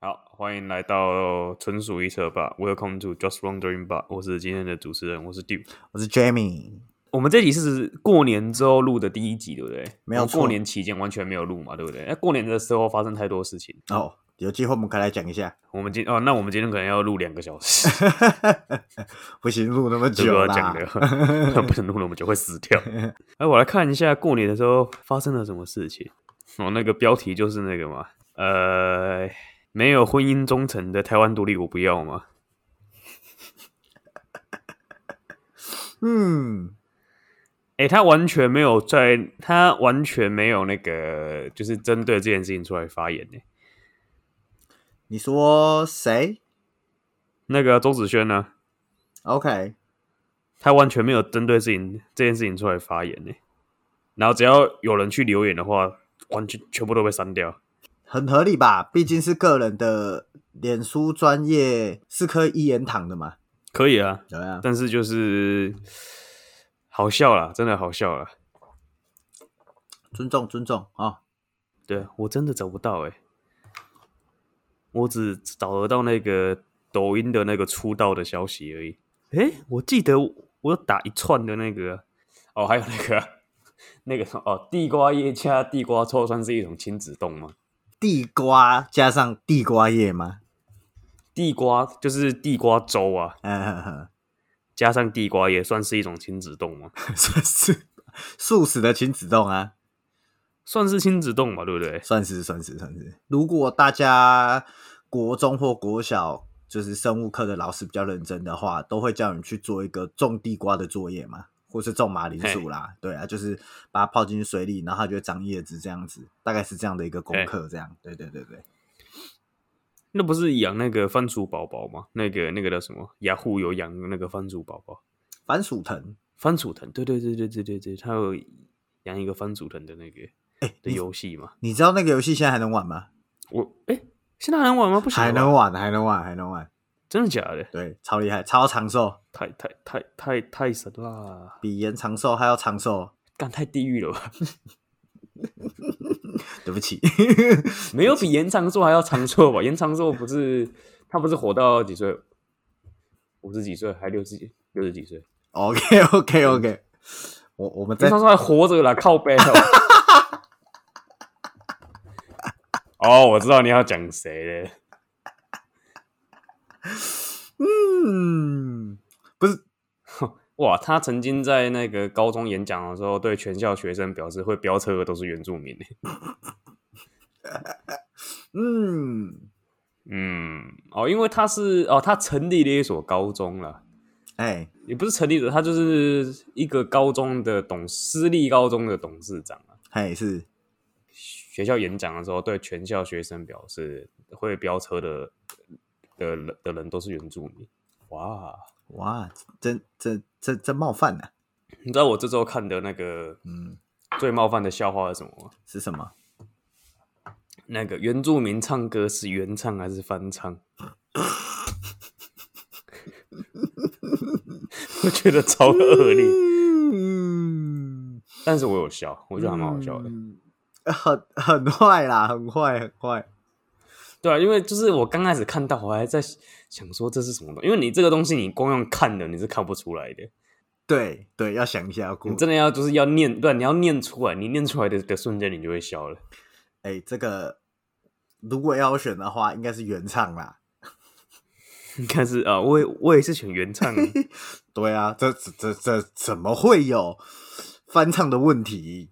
好，欢迎来到纯属一扯吧，Welcome to Just Wondering 吧，我是今天的主持人，我是 Dew。我是 Jamie，我们这集是过年之后录的第一集，对不对？没有我们过错年期间完全没有录嘛，对不对？那过年的时候发生太多事情，哦，有机会我们可以来讲一下， 我们今哦，那我们今天可能要录两个小时，不行录那么这个久要讲啦的，，不能录了，我们就会死 掉。哎，我来看一下过年的时候发生了什么事情。哦，那个标题就是那个嘛，呃，没有婚姻忠诚的台湾独立我不要嘛。嗯，哎、他完全没有在，他完全没有那个，就是针对这件事情出来发言呢。你说谁那个周子轩呢， ？OK，他完全没有针对事情这件事情出来发言呢。然后只要有人去留言的话，完全全部都被删掉。很合理吧？毕竟是个人的脸书专业是可以一言堂的嘛，可以啊，怎么样？但是就是好笑啦，真的好笑啦。尊重尊重啊、哦，对我真的找不到哎、我只找得到那个抖音的那个出道的消息而已。哎、我记得我我有打一串的那个哦，还有那个那个什么哦，地瓜叶加地瓜臭算是一种亲子冻吗？地瓜加上地瓜叶吗？地瓜就是地瓜粥啊，嗯呵呵，加上地瓜叶算是一种亲子冻吗？ 算是 素食的亲子冻啊，算是亲子冻吧，对不对？算是算是算是。如果大家国中或国小就是生物课的老师比较认真的话，都会叫你去做一个种地瓜的作业嘛，或是种马铃薯啦，对啊，就是把它泡进水里，然后它就会长叶子这样子，大概是这样的一个功课，这样，对对对对，那不是养那个番薯宝宝吗？那个那个叫什么？雅虎有养那个番薯宝宝。番薯藤。番薯藤，对对对对对对对，他有养一个番薯藤的那个哎的游戏嘛？你知道那个游戏现在还能玩吗？我哎，现在还能玩吗？不行，还能，玩，还能玩，还能玩，真的假的？对，超厉害，超长寿，太太太太太神啦！比延长寿还要长寿。干太地狱了吧？对不起， 没有比延长寿还要长寿吧？延长寿不是他不是活到几岁？五十几岁还六十几六十几岁？ OK OK OK，我我们延再长寿还活着啦，靠背哦。 哦，我知道你要讲谁了。嗯，不是哇，他曾经在那个高中演讲的时候，对全校学生表示会飙车的都是原住民。 嗯，嗯，哦，因为他是哦，他成立了一所高中了，哎、也不是成立者，他就是一个高中的董私立高中的董事长啊。嘿，是学校演讲的时候，对全校学生表示会飙车的的人的人都是原住民。哇，哇，真真真真冒犯呐、你知道我这周看的那个嗯，最冒犯的笑话是什么吗？是什么？那个原住民唱歌是原唱还是翻唱？ 我觉得超恶劣，嗯，但是我有笑，我我觉得还蛮好笑的。嗯很很坏啦，很坏，很坏。对啊，因为就是我刚开始看到，我还在想说这是什么东西，因为你这个东西你光用看的你是看不出来的，对对，要想一下要过你。真的要就是要念，对啊、你要念出来，你念出来的的瞬间你就会笑了。 哎、这个如果要我选的话，应该是原唱啦。应该是啊，我也我也是选原唱啊，对啊，这这这这怎么会有翻唱的问题？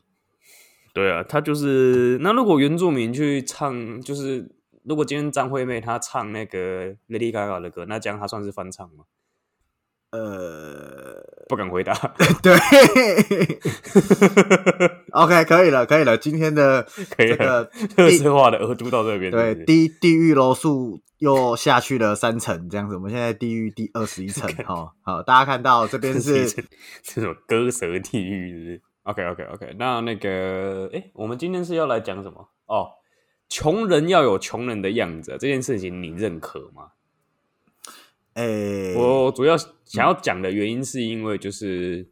对啊，他就是那如果原住民去唱，就是如果今天张惠妹她唱那个 Lady Gaga 的歌，那这样她算是翻唱吗？呃，不敢回答。 对，OK，可以了，可以了。今天 的可以这了个特色化的额度到这边， 对是不是地地狱楼数又下去了三层，这样子。我们现在地狱第二十一层哈。好，大 家看到这 边是 这种割舌地狱，是不是？OK OK OK，那那个，哎，我们今天是要来讲什么？哦，穷人要有穷人的样子，啊这件事情你认可吗？诶，我主要想要讲的原因是因为就是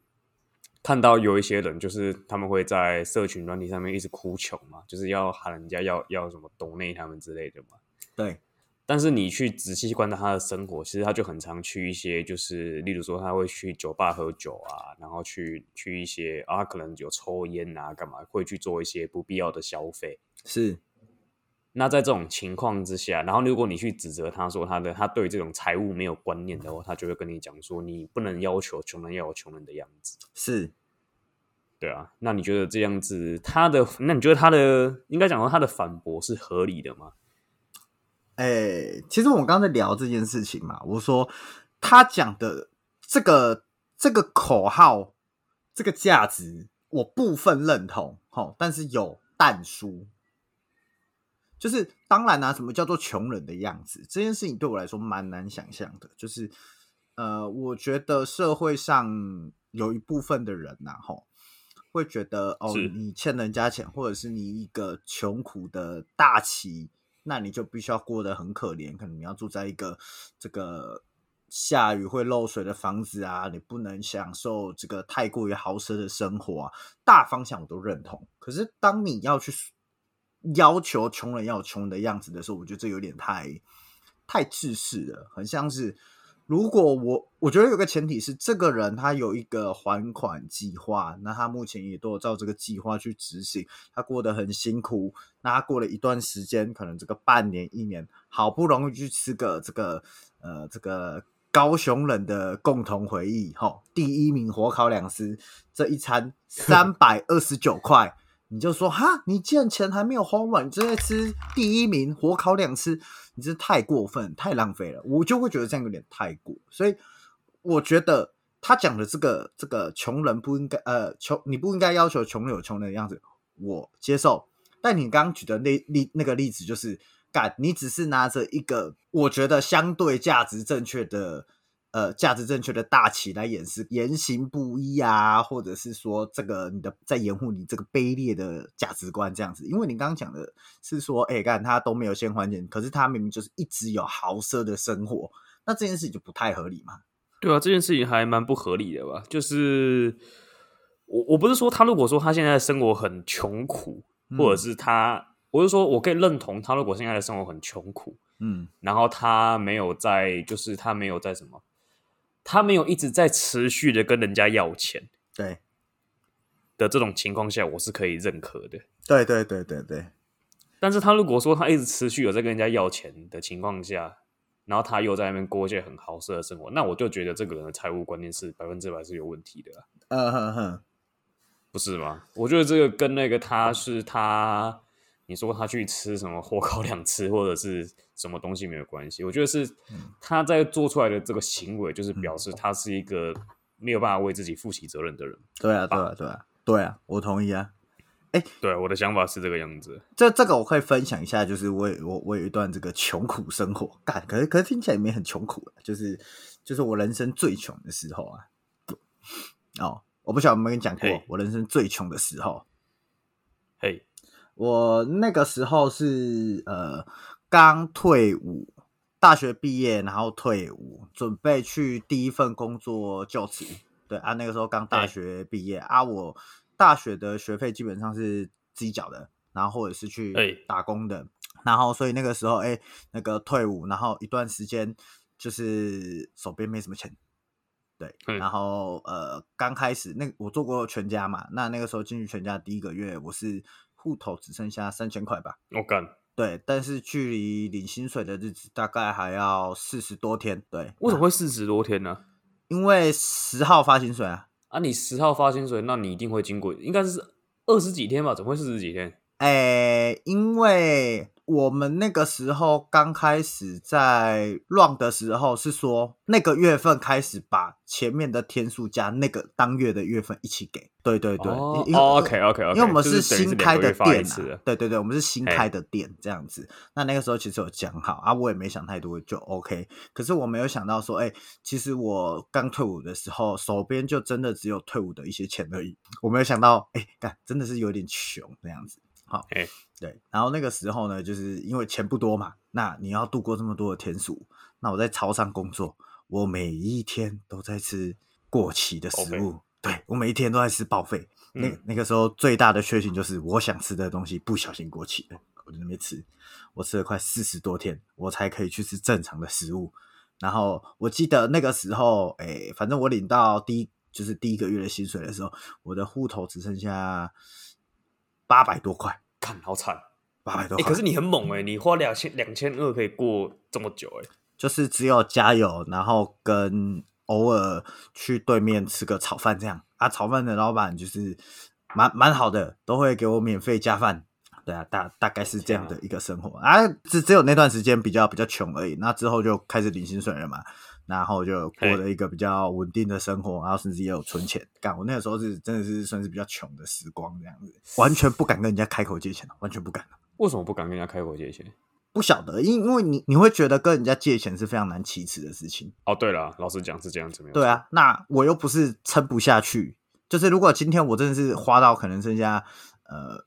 看到有一些人，就是他们会在社群软体上面一直哭穷嘛，就是要喊人家要要什么懂内他们之类的嘛。对但是你去仔细观察他的生活，其实他就很常去一些，就是例如说他会去酒吧喝酒啊，然后去去一些啊，可能有抽烟啊，干嘛会去做一些不必要的消费。是那在这种情况之下，然后如果你去指责他说他的他对这种财务没有观念的话，他就会跟你讲说你不能要求穷人要有穷人的样子，是，对啊。那你觉得这样子他的，那你觉得他的应该讲说他的反驳是合理的吗？哎、其实我刚才聊这件事情嘛，我说他讲的这个这个口号，这个价值，我部分认同，吼，但是有淡书。就是当然啦、啊什么叫做穷人的样子？这件事情对我来说蛮难想象的。就是呃，我觉得社会上有一部分的人呐、吼，会觉得哦是，你欠人家钱，或者是你一个穷苦的大企，那你就必须要过得很可怜，可能你要住在一个这个下雨会漏水的房子啊，你不能享受这个太过于豪奢的生活啊。大方向我都认同，可是当你要去要求穷人要有穷人的样子的时候，我觉得这有点太太自私了，很像是如果我我觉得有个前提是，这个人他有一个还款计划，那他目前也都有照这个计划去执行，他过得很辛苦，那他过了一段时间，可能这个半年一年，好不容易去吃个这个呃这个高雄人的共同回忆，吼，第一名火烤两丝，这一餐三百二十九块，你就说哈，你既然钱还没有花完，你就在吃第一名火烤两次，你这太过分，太浪费了。我就会觉得这样有点太过，所以我觉得他讲的这个这个穷人不应该呃穷，你不应该要求穷人有穷人的样子，我接受。但你刚刚举的那例那个例子就是，干你只是拿着一个我觉得相对价值正确的呃价值正确的大旗来掩饰言行不一啊，或者是说这个你的在掩护你这个卑劣的价值观这样子。因为你刚刚讲的是说，哎、干他都没有先还钱，可是他明明就是一直有豪奢的生活，那这件事就不太合理嘛。对啊，这件事情还蛮不合理的吧？就是我我不是说他如果说他现在的生活很穷苦，或者是他，我是说我可以认同他如果现在的生活很穷苦，嗯然后他没有在，就是他没有在什么，他没有一直在持续的跟人家要钱对的这种情况下，我是可以认可的。对对对对对，但是他如果说他一直持续有在跟人家要钱的情况下，然后他又在那边过一些很豪奢的生活，那我就觉得这个人的财务观念是百分之百是有问题的啊、嗯哼哼，不是吗？我觉得这个跟那个他是他，你说他去吃什么火烤两次或者是什么东西没有关系。我觉得是嗯他在做出来的这个行为，就是表示他是一个没有办法为自己负起责任的人。对啊对啊对啊对啊，我同意啊。对，我的想法是这个样子。这这个我可以分享一下，就是我有我我有一段这个穷苦生活，干，可是可是听起来也没很穷苦啊，就是就是我人生最穷的时候啊。哦，我不晓得有没有跟你讲过嘿，我人生最穷的时候，嘿，我那个时候是呃刚退伍，大学毕业，然后退伍，准备去第一份工作就职。对啊，那个时候刚对大学毕业啊，我大学的学费基本上是自己缴的，然后或者是对去打工的。然后所以那个时候，哎、那个退伍，然后一段时间就是手边没什么钱，对，嗯然后呃，刚开始那我做过全家嘛，那那个时候进去全家第一个月，我是户头只剩下三千块吧，我干，对，但是距离领薪水的日子大概还要四十多天，对，为什 么会四十多天呢、啊？因为十号发薪水啊，你十号发薪水，那你一定会经过，应该是二十几天吧？怎么会四十几天？诶，因为我们那个时候刚开始在 run 的时候，是说那个月份开始把前面的天数加那个当月的月份一起给。对对对，哦因为，OK OK OK，因为我们是等于新两个开的月发一店次啊的，对对对，我们是新嘿开的店这样子。那那个时候其实有讲好啊，我也没想太多，就 OK。可是我没有想到说，哎、其实我刚退伍的时候，手边就真的只有退伍的一些钱而已。我没有想到，哎、干真的是有点穷这样子。好嘿，对，然后那个时候呢，就是因为钱不多嘛，那你要度过这么多的天数，那我在超商工作，我每一天都在吃过期的报食废物，对我每一天都在吃报废。那嗯那个时候最大的缺陷就是我想吃的东西不小心过期了，我在那边吃，我吃了快四十多天，我才可以去吃正常的食物。然后我记得那个时候，哎，反正我领到第一就是第一个月的薪水的时候，我的户头只剩下八百多块，看好惨。八百多哎、块。可是你很猛哎、你花两千两千二可以过这么久哎、就是只有加油，然后跟偶尔去对面吃个炒饭这样啊。炒饭的老板就是蛮蛮好的，都会给我免费加饭。对啊，大大概是这样的一个生活啊，只只有那段时间比较比较穷而已。那之后就开始领薪水了嘛，然后就过了一个比较稳定的生活，然后甚至也有存钱。干，我那个时候是真的是算是比较穷的时光这样子，完全不敢跟人家开口借钱，完全不敢。为什么不敢跟人家开口借钱？不晓得，因因为你你会觉得跟人家借钱是非常难启齿的事情。哦，对了，老实讲是这样子，没有对啊，那我又不是撑不下去，就是如果今天我真的是花到可能剩下呃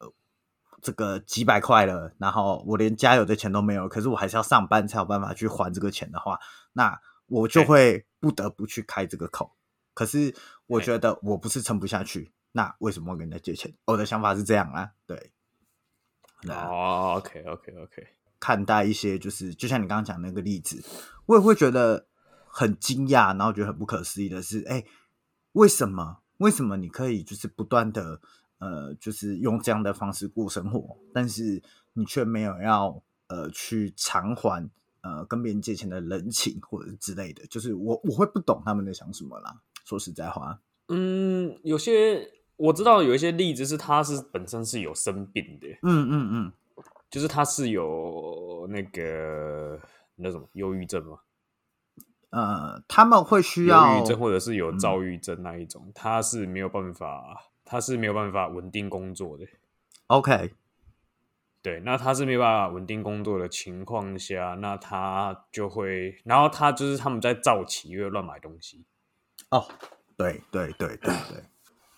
这个几百块了，然后我连加油的钱都没有，可是我还是要上班才有办法去还这个钱的话，那我就对会不得不去开这个口。可是我对觉得我不是撑不下去，那为什么要跟人家借钱？我的想法是这样啊，对。啊错。那哦，OK OK OK，看待一些，就是就像你刚刚讲那个例子，我也会觉得很惊讶，然后觉得很不可思议的是，哎，为什么为什么你可以就是不断的呃，就是用这样的方式过生活，但是你却没有要呃去偿还呃跟别人借钱的人情或者是之类的，就是我我会不懂他们在想什么啦。说实在话，嗯，有些我知道有一些例子是他是本身是有生病的，嗯嗯嗯，就是他是有那个那什么忧郁症嘛，呃，他们会需忧要郁症或者是有躁郁症那一种，他是没有办法，他是没有办法稳定工作的。 OK，对，那他是没有办法稳定工作的情况下，那他就会，然后他就是他们在造期又乱买东西，哦，对对对对对，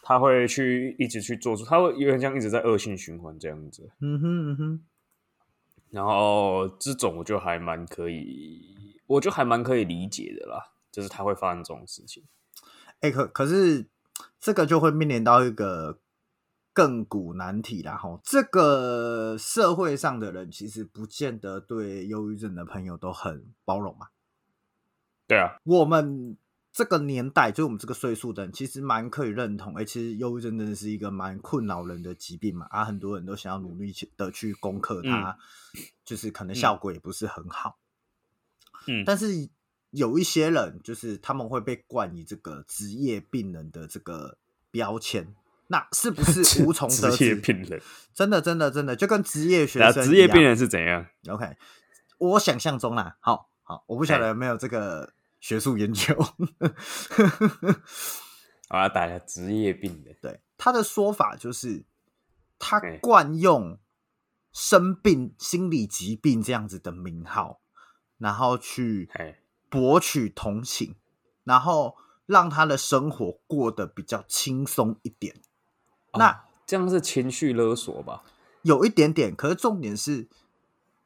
他会去一直去做出，他会有点像一直在恶性循环这样子。嗯哼嗯哼。然后这种我就还蛮可以，我就还蛮可以理解的啦，就是他会发生这种事情。哎、可可是这个就会面临到一个亘古难题啦。吼，这个社会上的人其实不见得对忧郁症的朋友都很包容嘛。对啊，我们这个年代，就我们这个岁数的人，其实蛮可以认同，哎、其实忧郁症真的是一个蛮困扰人的疾病嘛。啊，很多人都想要努力的去攻克它，就是可能效果也不是很好。嗯，但是有一些人，就是他们会被冠以这个职业病人的这个标签，那是不是 无从得职业知？病人，真的，真的，真的，就跟职业学啊，生职业一样病人是怎样？ OK，我想象中啦，好好，我不晓得哎有没有这个学术研究。 好啊，打一下职业病人。对他的说法就是，他哎惯用生病、心理疾病这样子的名号，然后去哎，博取同情，然后让他的生活过得比较轻松一点。那哦这样是情绪勒索吧？有一点点，可是重点是，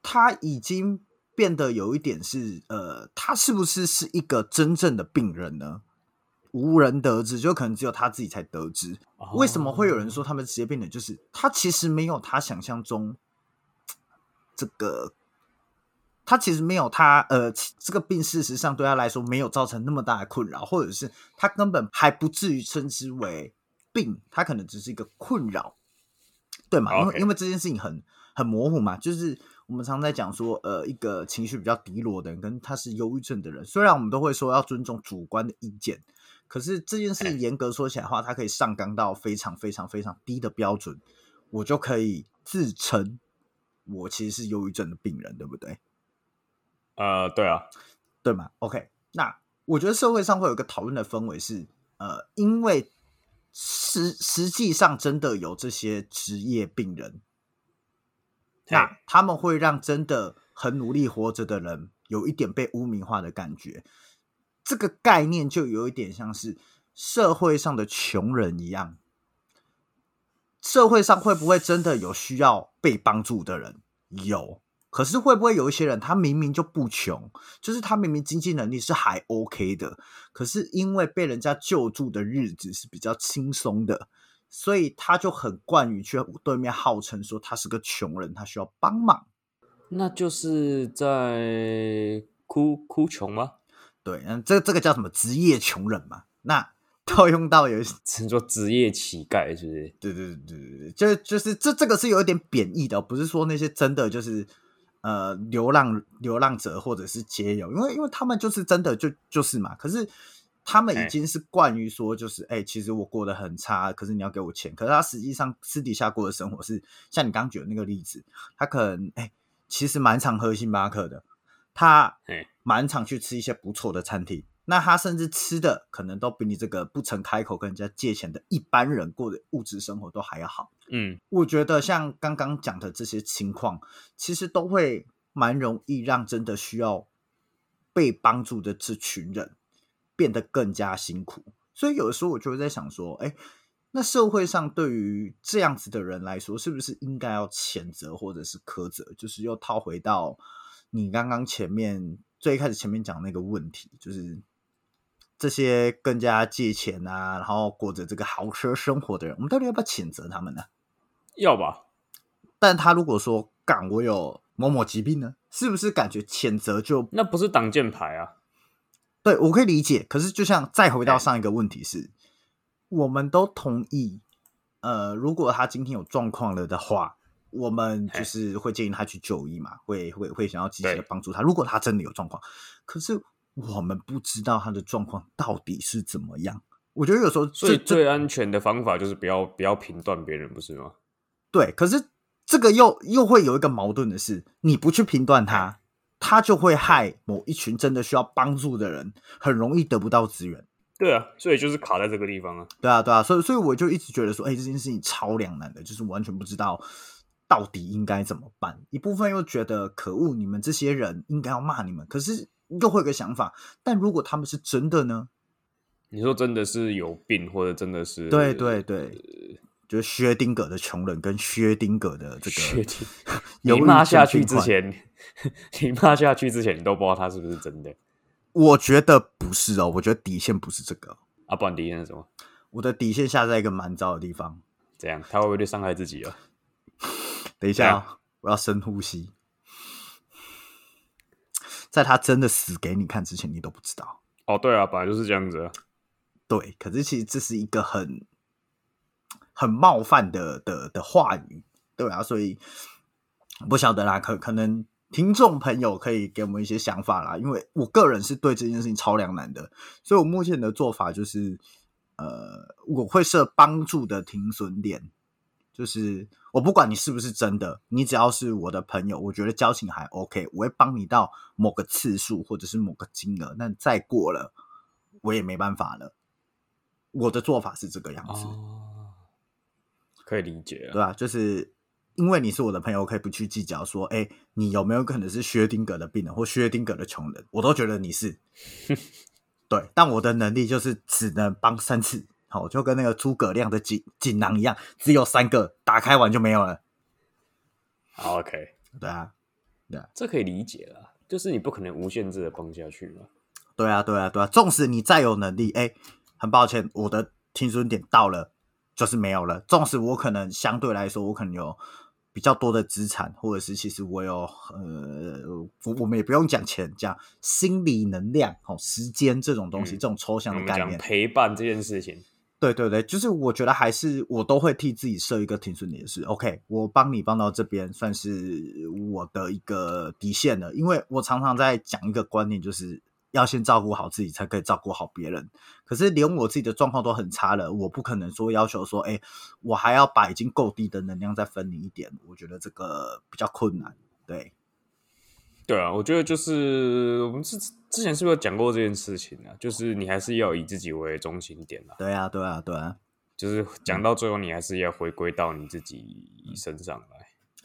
他已经变得有一点是，呃，他是不是是一个真正的病人呢？无人得知，就可能只有他自己才得知。哦为什么会有人说他们职业病人？就是他其实没有他想象中这个，他其实没有他呃其这个病，事实上对他来说没有造成那么大的困扰，或者是他根本还不至于称之为病，他可能只是一个困扰，对嘛？因为 OK 因为这件事情很很模糊嘛，就是我们常在讲说，呃，一个情绪比较低落的人跟他是忧郁症的人，虽然我们都会说要尊重主观的意见，可是这件事哎严格说起来的话，它可以上纲到非常非常非常低的标准，我就可以自称我其实是忧郁症的病人，对不对？哦？呃，对啊，对吗？OK，那我觉得社会上会有一个讨论的氛围是，呃，因为实实际上真的有这些职业病人，那哎，他们会让真的很努力活着的人有一点被污名化的感觉。这个概念就有一点像是社会上的穷人一样。社会上会不会真的有需要被帮助的人？有，可是会不会有一些人，他明明就不穷，就是他明明经济能力是还 OK 的，可是因为被人家救助的日子是比较轻松的，所以他就很惯于去对面号称说他是个穷人，他需要帮忙。那就是在哭哭穷吗？ 对，嗯，这这个叫什么职业穷人嘛？那套用到有，称作职业乞丐是不是？对对对对对，就就是这这个是有一点贬义的哦，不是说那些真的就是呃流浪流浪者或者是街友，因为因为他们就是真的就就是嘛，可是他们哎已经是惯于说就是哎、其实我过得很差，可是你要给我钱，可是他实际上私底下过的生活是像你刚举的那个例子，他可能哎、其实蛮常喝星巴克的，他哎蛮常去吃一些不错的餐厅。那他甚至吃的可能都比你这个不曾开口跟人家借钱的一般人过的物质生活都还要好。嗯，我觉得像刚刚讲的这些情况，其实都会蛮容易让真的需要被帮助的这群人变得更加辛苦。所以有的时候我就会在想说，哎，那社会上对于这样子的人来说，是不是应该要谴责或者是苛责？就是又套回到你刚刚前面最一开始前面讲那个问题，就是这些更加借钱啊，然后过着这个豪奢生活的人，我们到底要不要谴责他们呢？要吧？但他如果说“干我有某某疾病呢”，是不是感觉谴责就那不是挡箭牌啊？对我可以理解？可是就像再回到哎上一个问题是，我们都同意，呃，如果他今天有状况了的话，我们就哎是会建议他去就医嘛，会会会想要积极的对帮助他。如果他真的有状况，可是我们不知道他的状况到底是怎么样。我觉得有时候所以最最安全的方法就是不要不要评断别人，不是吗？对，可是这个又又会有一个矛盾的是，你不去评断他，他就会害某一群真的需要帮助的人，很容易得不到资源。对啊，所以就是卡在这个地方啊。对啊，对啊，所以所以我就一直觉得说，哎、这件事情超两难的，就是完全不知道到底应该怎么办。一部分又觉得可恶，你们这些人应该要骂你们，可是又会有个想法，但如果他们是真的呢？你说真的是有病，或者真的是对对对，就是薛丁格的穷人跟薛丁格的这确个 定？犹你豫骂下症去病之患前， 你骂下去之前，你都不知道他是不是真的。我觉得不是哦，我觉得底线不是这个。啊，不然敌人是什么？我的底线下在一个蛮糟的地方。怎样？他会不会对伤害自己啊？等一下哦、我要深呼吸。在他真的死给你看之前，你都不知道。哦，对啊，本来就是这样子啊。对，可是其实这是一个很很冒犯的的的话语，对啊，所以不晓得啦，可可能听众朋友可以给我们一些想法啦，因为我个人是对这件事情超两难的，所以我目前的做法就是，呃，我会设帮助的停损点，就是我不管你是不是真的，你只要是我的朋友，我觉得交情还 OK，我会帮你到某个次数或者是某个金额，但再过了我也没办法了。我的做法是这个样子，哦，可以理解对啊。吧、就是因为你是我的朋友，我可以不去计较说，哎，你有没有可能是薛定谔的病人或薛定谔的穷人，我都觉得你是。对，但我的能力就是只能帮三次，好，就跟那个诸葛亮的锦锦囊一样，只有三个，打开完就没有了。好，OK，对啊，这可以理解啦。就是你不可能无限制的帮下去嘛。对啊，对啊，对啊，纵使你再有能力，哎，很抱歉，我的停损点到了，就是没有了。纵使我可能相对来说，我可能有比较多的资产，或者是其实我有呃，我我们也不用讲钱，讲心理能量、哦，时间这种东西，嗯这种抽我象的们概讲念，陪伴这件事情，对对对，就是我觉得还是我都会替自己设一个停损点是 OK，我帮你帮到这边算是我的一个底线了，因为我常常在讲一个观念，就是要先照顾好自己，才可以照顾好别人。可是连我自己的状况都很差了，我不可能说要求说，哎，我还要把已经够低的能量再分你一点，我觉得这个比较困难。对，对啊，我觉得就是我们之之前是不是有讲过这件事情啊？就是你还是要以自己为中心点啦。对啊，对啊，对啊。就是讲到最后，你还是要回归到你自己身上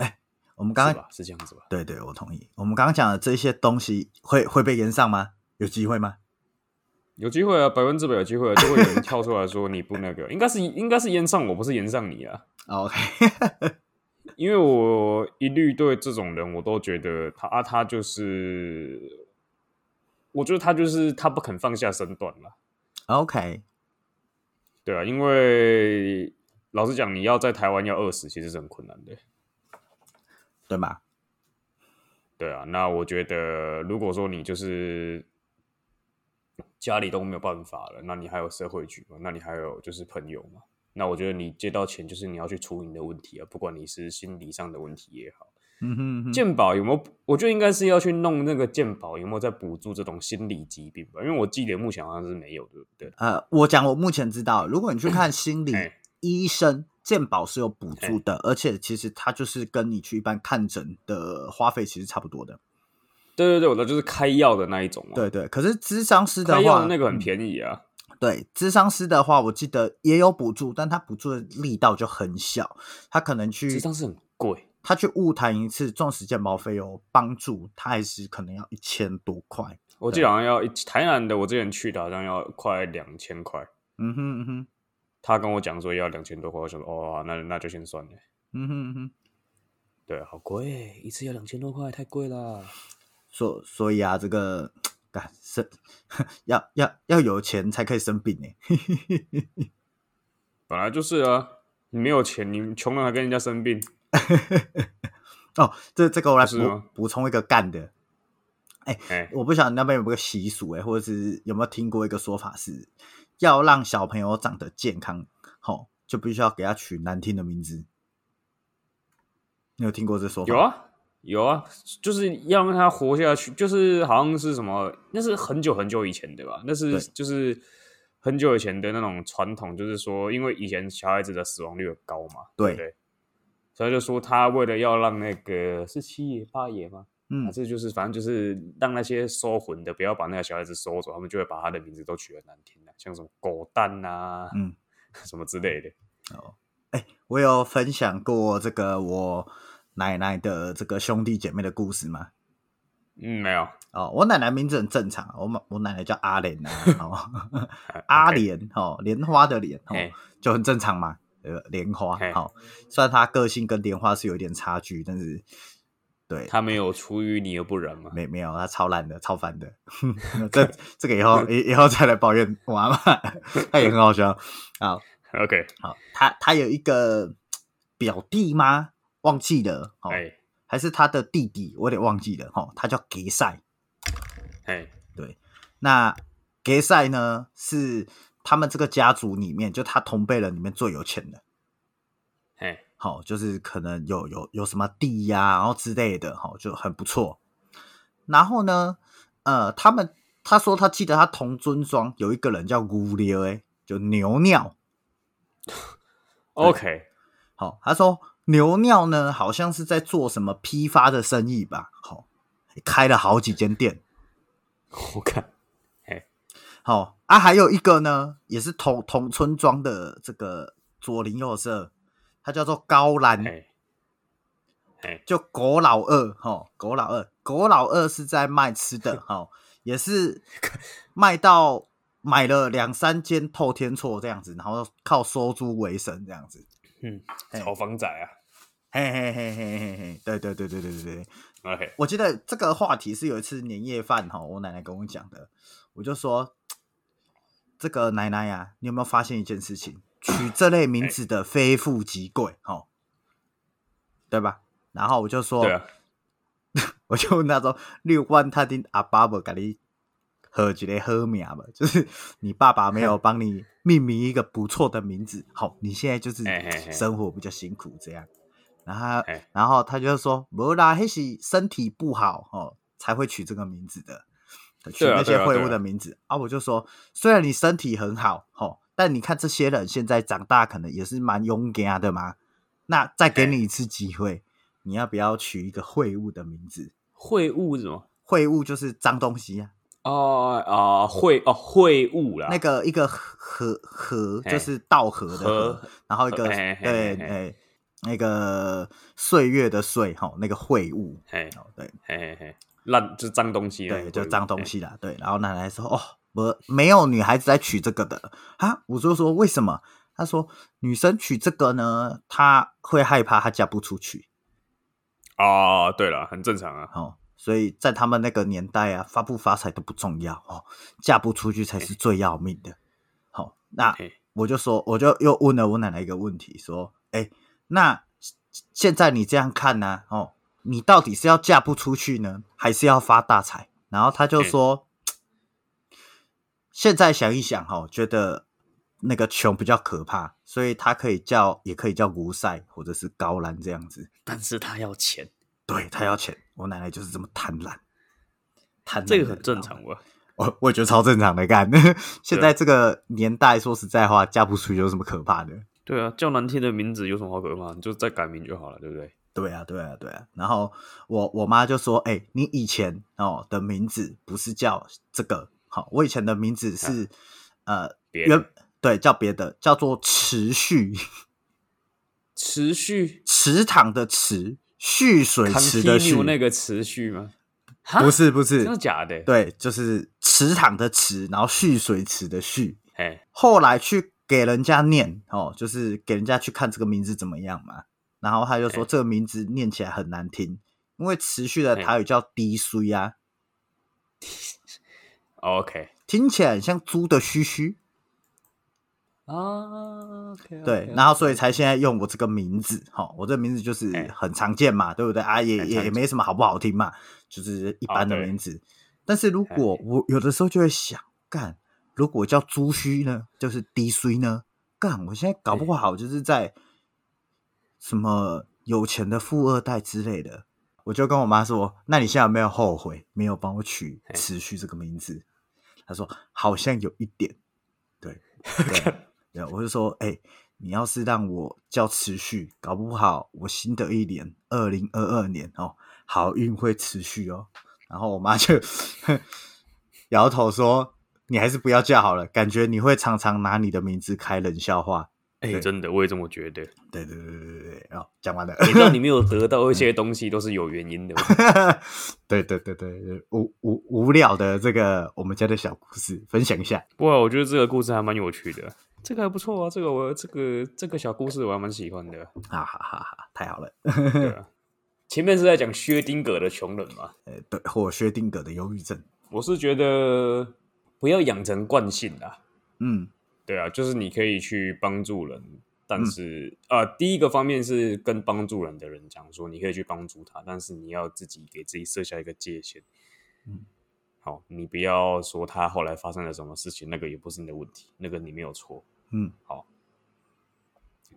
来，我们刚是刚吧？是这样子吧？对对，我同意。我们刚刚讲的这些东西会会被延上吗？有机会吗？有机会啊，百分之百有机会、啊，就会有人跳出来说你不那个，应该是应该是延上我，不是延上你啊。哦 OK，因为我一律对这种人，我都觉得他啊，他就是，我觉得他就是他不肯放下身段了， OK，对啊，因为老实讲，你要在台湾要饿死，其实是很困难的。对吗？对啊，那我觉得，如果说你就是家里都没有办法了，那你还有社会局嘛？那你还有就是朋友嘛？那我觉得你借到钱，就是你要去处理你的问题啊，不管你是心理上的问题也好，嗯哼嗯哼，健保有没有？我觉得应该是要去弄那个健保有没有在补助这种心理疾病吧？因为我记得目前好像是没有，对不对？呃，我讲我目前知道，如果你去看心理哎医生，健保是有补助的，而且其实它就是跟你去一般看诊的花费其实差不多的。对对对，我的就是开药的那一种、啊，，对对，可是咨商师开的药话的，嗯那个很便宜啊。对，咨商师的话，我记得也有补助，但他补助的力道就很小，他可能智去商是很贵，他去误谈一次，纵使健保费有帮助，他还是可能要一千多块。我记得好像要一台南的，我之前去的好像要快两千块。嗯哼嗯哼他跟我讲说要两千多块，我想说哦，那那就先算了。嗯哼嗯哼，对，好贵，一次要两千多块，太贵啦。所所以啊，这个干生 要要要有钱才可以生病呢、欸本来就是啊，你没有钱，你穷人还跟人家生病，哦，这这个我来是补吗补充一个干的，哎、我不晓得那边有没有个习俗哎、或者是有没有听过一个说法是，要让小朋友长得健康，吼、就必须要给他取难听的名字。你有听过这说法？有，啊有啊，就是要让他活下去，就是好像是什么，那是很久很久以前对吧？那是对就是很久以前的那种传统，就是说，因为以前小孩子的死亡率很高嘛，对，对所以就说他为了要让那个是七爷八爷吗？嗯啊，，这就是反正就是让那些收魂的不要把那个小孩子收走，他们就会把他的名字都取得难听的、像什么狗蛋啊，嗯， 什么之类的。哎我有分享过这个我奶奶的这个兄弟姐妹的故事吗？嗯，没有，哦，我奶奶名字很正常，啊我妈我奶奶叫阿莲 啊，哦， 阿莲哦，莲花的莲哦，哎，就很正常嘛。呃，莲花嘿好、虽然她个性跟莲花是有一点差距，但是对他没有出淤泥而不染嘛。没没有，她超烂的，超烦的。 这这个以后以以后再来抱怨我阿妈，她也很 好笑。好， OK，好，她她有一个表弟吗？忘记了哦，哎还是他的弟弟，我有点忘记了哈、哦，他叫杰赛。哎那杰赛呢，是他们这个家族里面，就他同辈人里面最有钱的。哎，好、就是可能有有有什么地呀、然后之类的，好、就很不错。然后呢，呃，他们他说他记得他同村庄有一个人叫乌溜，哎，就牛尿。 ，OK，好、他说牛尿呢，好像是在做什么批发的生意吧，好、开了好几间店。我看好、啊，还有一个呢，也是同同村庄的这个左邻右舍，他叫做高兰，哎哎就狗老二哈、吼狗老二，狗老二是在卖吃 的哈、吼也是卖到买了两三间透天厝这样子，然后靠收租为生这样子，嘿炒房仔啊嘿嘿嘿嘿嘿嘿，对对对对对对对， ，OK，我记得这个话题是有一次年夜饭哈，我奶奶跟我讲的，我就说，这个奶奶呀、你有没有发现一件事情？取这类哎名字的非富即贵，哈、对吧？然后我就说，对啊，我就问他说，六万他的阿爸不给你喝一个喝名吧，就是你爸爸 没有帮你命名一个不错的名字，好，你现在就是嘿嘿嘿生活比较辛苦这样。然后他嘿然后他就说，不啦，那是身体不好哦才会取这个名字的，取对啊那些对啊会对物啊的名字啊我就说，虽然你身体很好哦，但你看这些人现在长大可能也是蛮勇敢的嘛。那再给你一次机会，你要不要取一个会物的名字？会务是吗？会物就是脏东西啊，哦啊，会哦会务啦，那个一个河河嘿就是稻禾的河禾，然后一个嘿嘿嘿对嘿嘿哎那个岁月的岁哈，那个会物嘿哦对。嘿嘿嘿，烂就是脏东西，啊对，就脏东。西啦。对，然后奶奶说：“哦，我没有女孩子在取这个的啊。”我就说：“为什么？”她说：“女生取这个呢，她会害怕她嫁不出去哦，对了，很正常啊。哦，所以在他们那个年代啊，发不发财都不重要哦，嫁不出去才是最要命的。好、那嘿我就说，我就又问了我奶奶一个问题，说：“哎、那现在你这样看呢、哦，你到底是要嫁不出去呢，还是要发大财？”然后他就说：“现在想一想，哈，觉得那个穷比较可怕，所以他可以叫，也可以叫吴赛或者是高兰这样子。但是他要钱，对他要钱，我奶奶就是这么贪婪，贪婪这个的很正老常啊吧？我我也觉得超正常的干。 现在这个年代，说实在话，嫁不出去有什么可怕的？对啊，叫难听的名字有什么好可怕？你就再改名就好了，对不对？对啊，对啊，对啊。然后我我妈就说：“哎、你以前哦的名字不是叫这个，好，我以前的名字是、呃啊别原对叫别的，叫做持续持续 池塘的池，蓄水池的蓄 continue，那个持续吗？哈不，是不真的是，假的？，对，就是池塘的池，然后蓄水池的蓄。”哎，后来去给人家念哦，就是给人家去看这个名字怎么样嘛。然后他就说哎这个名字念起来很难听，因为持续的哎台语叫低衰啊，哦 OK 听起来很像猪的须须。啊，OK，对，然后所以才现在用我这个名字，好、我这个名字就是哎很常见嘛，对不对啊？也很也常也见没什么好不好听嘛，就是一啊般的对名字。但是如果我有的时候就会想，干，如果叫猪须呢，就是低衰呢，干，我现在搞不好就是在什么有钱的富二代之类的。我就跟我妈说，那你现在有没有后悔没有帮我取“哎持续”这个名字？她说好像有一点，对，对啊对啊，我就说，哎、你要是让我叫持续，搞不好我新的一年二零二二年哦，好运会持续哦。然后我妈就 摇头说：“你还是不要叫好了，感觉你会常常拿你的名字开冷笑话。哎，对真的，我也这么觉得。”对对对对对对，哦，讲完了。 你让你没有得到一些东西，都是有原因的。 对对对对对，无无无聊的这个我们家的小故事分享一下。不过我觉得这个故事还蛮有趣的，这个还不错啊。这个我这个这个小故事我还蛮喜欢的。哈啊哈哈哈，太好了。对啊，前面是在讲薛丁格的穷人嘛，呃，对，或薛定谔的忧郁症。我是觉得不要养成惯性啊啦。嗯对啊，就是你可以去帮助人，但嗯是、呃，第一个方面是跟帮助人的人讲说，你可以去帮助他，但是你要自己给自己设下一个界限。嗯，好，你不要说他后来发生了什么事情，那个也不是你的问题，那个你没有错。嗯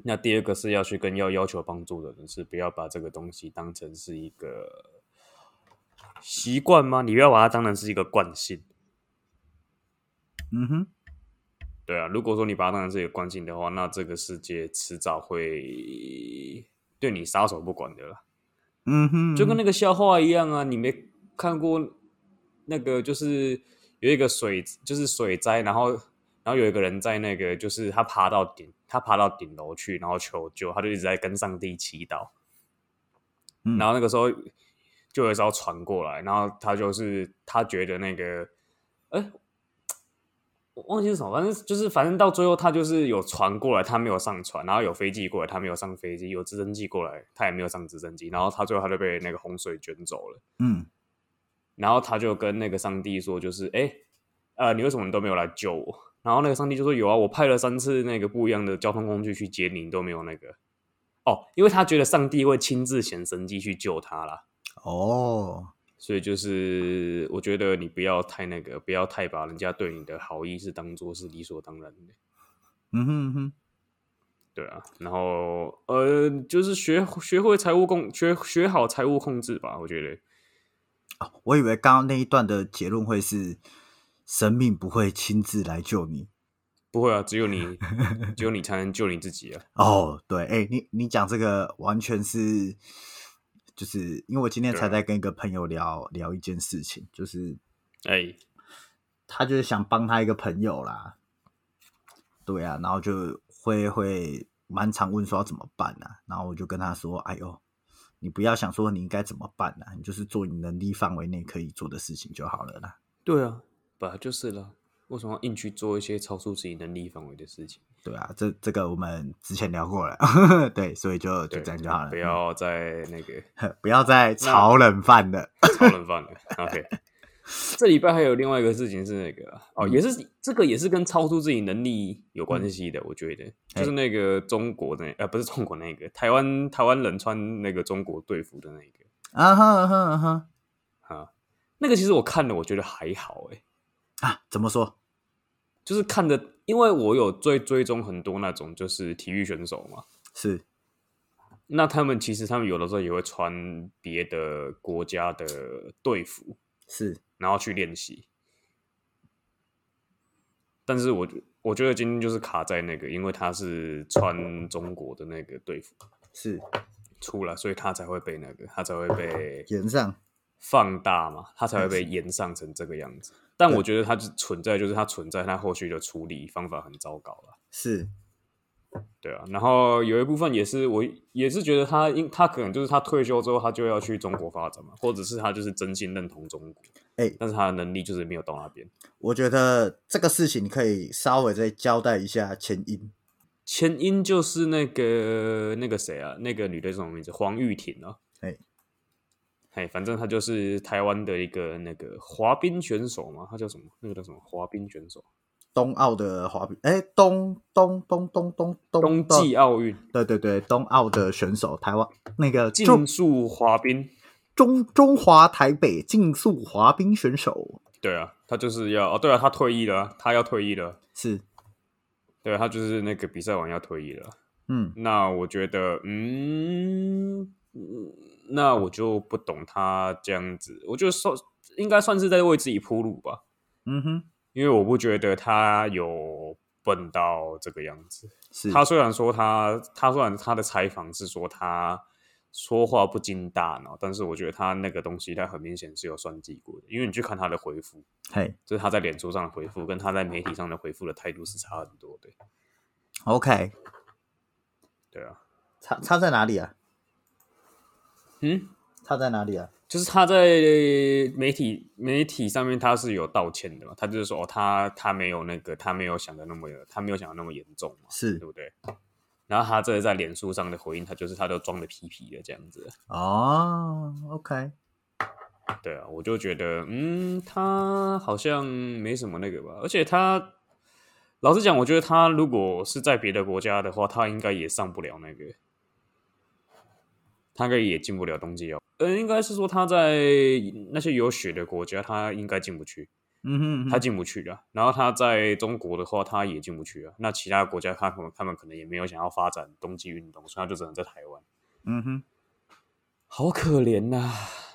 那第二个是要去跟要要求帮助的人，是不要把这个东西当成是一个习惯吗？你不要把它当成是一个惯性。嗯哼，对啊，如果说你把它当成是一个惯性的话，那这个世界迟早会对你撒手不管的啦。嗯哼，就跟那个笑话一样啊，你没看过那个就是有一个水就是水灾，然后然后有一个人在那个就是他爬到顶，他爬到顶楼去，然后求救，他就一直在跟上帝祈祷。嗯然后那个时候就有一艘船过来，然后他就是他觉得那个，哎、我忘记是什么，反正就是反正到最后他就是有船过来，他没有上船，然后有飞机过来，他没有上飞机，有直升机过来，他也没有上直升机，然后他最后他就被那个洪水卷走了，嗯然后他就跟那个上帝说，就是哎、呃，你为什么都没有来救我？然后那个上帝就说有啊，我派了三次那个不一样的交通工具去接你，你都没有那个。哦，因为他觉得上帝会亲自显神迹去救他啦，哦，所以就是我觉得你不要太那个，不要太把人家对你的好意是当做是理所当然的，嗯哼嗯哼，对啊。然后呃，就是学学会财务控，学学好财务控制吧，我觉得。哦，我以为刚刚那一段的结论会是神明不会亲自来救你。不会啊，只有你，只有你才能救你自己啊！哦，对，哎、你你讲这个完全是，就是因为我今天对才啊在跟一个朋友聊聊一件事情，就是哎，他就是想帮他一个朋友啦，对啊，然后就会会蛮常问说要怎么办啊，然后我就跟他说，哎呦，你不要想说你应该怎么办啊，你就是做你能力范围内可以做的事情就好了啦。对啊，本来就是啦。为什么要硬去做一些超出自己能力范围的事情？对啊，这这个我们之前聊过了， 对，所以就就对，这样就好了，不 要再那个不要再炒冷饭了。超人饭了。OK， 这礼拜还有另外一个事情是那个哦，也是这个也是跟超出自己能力有关系的，我觉得就是那个中国那呃不是中国那个台湾台湾人穿那个中国队服的那一个啊哈啊哈啊哈啊，那个其实我看了我觉得还好诶、啊！怎么说？就是看的，因为我有追追踪很多那种就是体育选手嘛，是那他们其实他们有的时候也会穿别的国家的队服，是，然后去练习。但是我觉我觉得今天就是卡在那个，因为他是穿中国的那个队服是出来，所以他才会被那个，他才会被演上放大嘛，他才会被延上成这个样子。但我觉得他就存在，就是他存在，他后续的处理方法很糟糕了。是对啊，然后有一部分也是我也是觉得他因他可能就是他退休之后他就要去中国发展嘛，或者是他就是真心认同中国，哎但是他的能力就是没有到那边。我觉得这个事情你可以稍微再交代一下前因。前因就是那个那个谁啊，那个女的叫什么名字？黄玉婷啊。哎哎，反正她就是台湾的一个那个滑冰选手嘛，她叫什么？那个叫什么？滑冰选手，冬奥的滑冰，哎，冬冬冬冬冬冬季，啊奥运对对对，冬奥的选手，台湾那个竞中速滑冰。中中华台北竞速滑冰选手对啊，她就是要哦，对啊，她退役了啊，她要退役了啊。是，对，他就是那个比赛完要退役了。嗯，那我觉得，嗯，嗯那我就不懂他这样子，我就算应该算是在为自己铺路吧，嗯哼，因为我不觉得他有笨到这个样子。是他虽然说他，他虽然他的采访是说他说话不经大脑，但是我觉得他那个东西，他很明显是有算计过的，因为你去看他的回复，嘿就是他在脸书上的回复，跟他在媒体上的回复的态度是差很多的。 ，OK，对啊，差差在哪里啊？嗯。差在哪里啊？就是他在媒体媒体上面他是有道歉的嘛，他就是说哦，他他没有那个，他没有想的那么，他没有想的那么严重嘛，对是不对？然后他这在脸书上的回应，他就是他都装的皮皮的这样子，哦，OK，对啊，我就觉得嗯，他好像没什么那个吧，而且他老实讲，我觉得他如果是在别的国家的话，他应该也上不了那个，他应该也进不了冬季奥，呃，应该是说他在那些有雪的国家，他应该进不去。嗯哼嗯他哼，进不去的。然后他在中国的话，他也进不去啊。那其他国家他可能他们可能也没有想要发展冬季运动，所以他就只能在台湾。嗯哼，好可怜呐、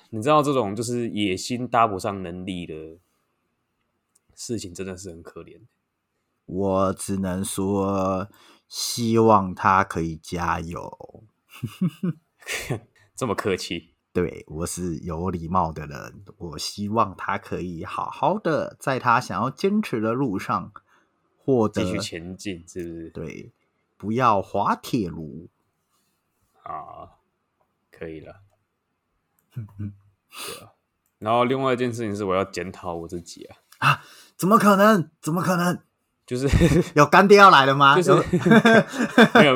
你知道这种就是野心搭不上能力的事情，真的是很可怜。我只能说，希望他可以加油。这么客气，对我是有礼貌的人，我希望他可以好好的在他想要坚持的路上获继续得前进，是不是？对，不要滑铁卢。啊，可以了。嗯对啊。然后另外一件事情是，我要检讨我自己啊，怎么可能？怎么可能？就是 有干爹要来了吗？就是 有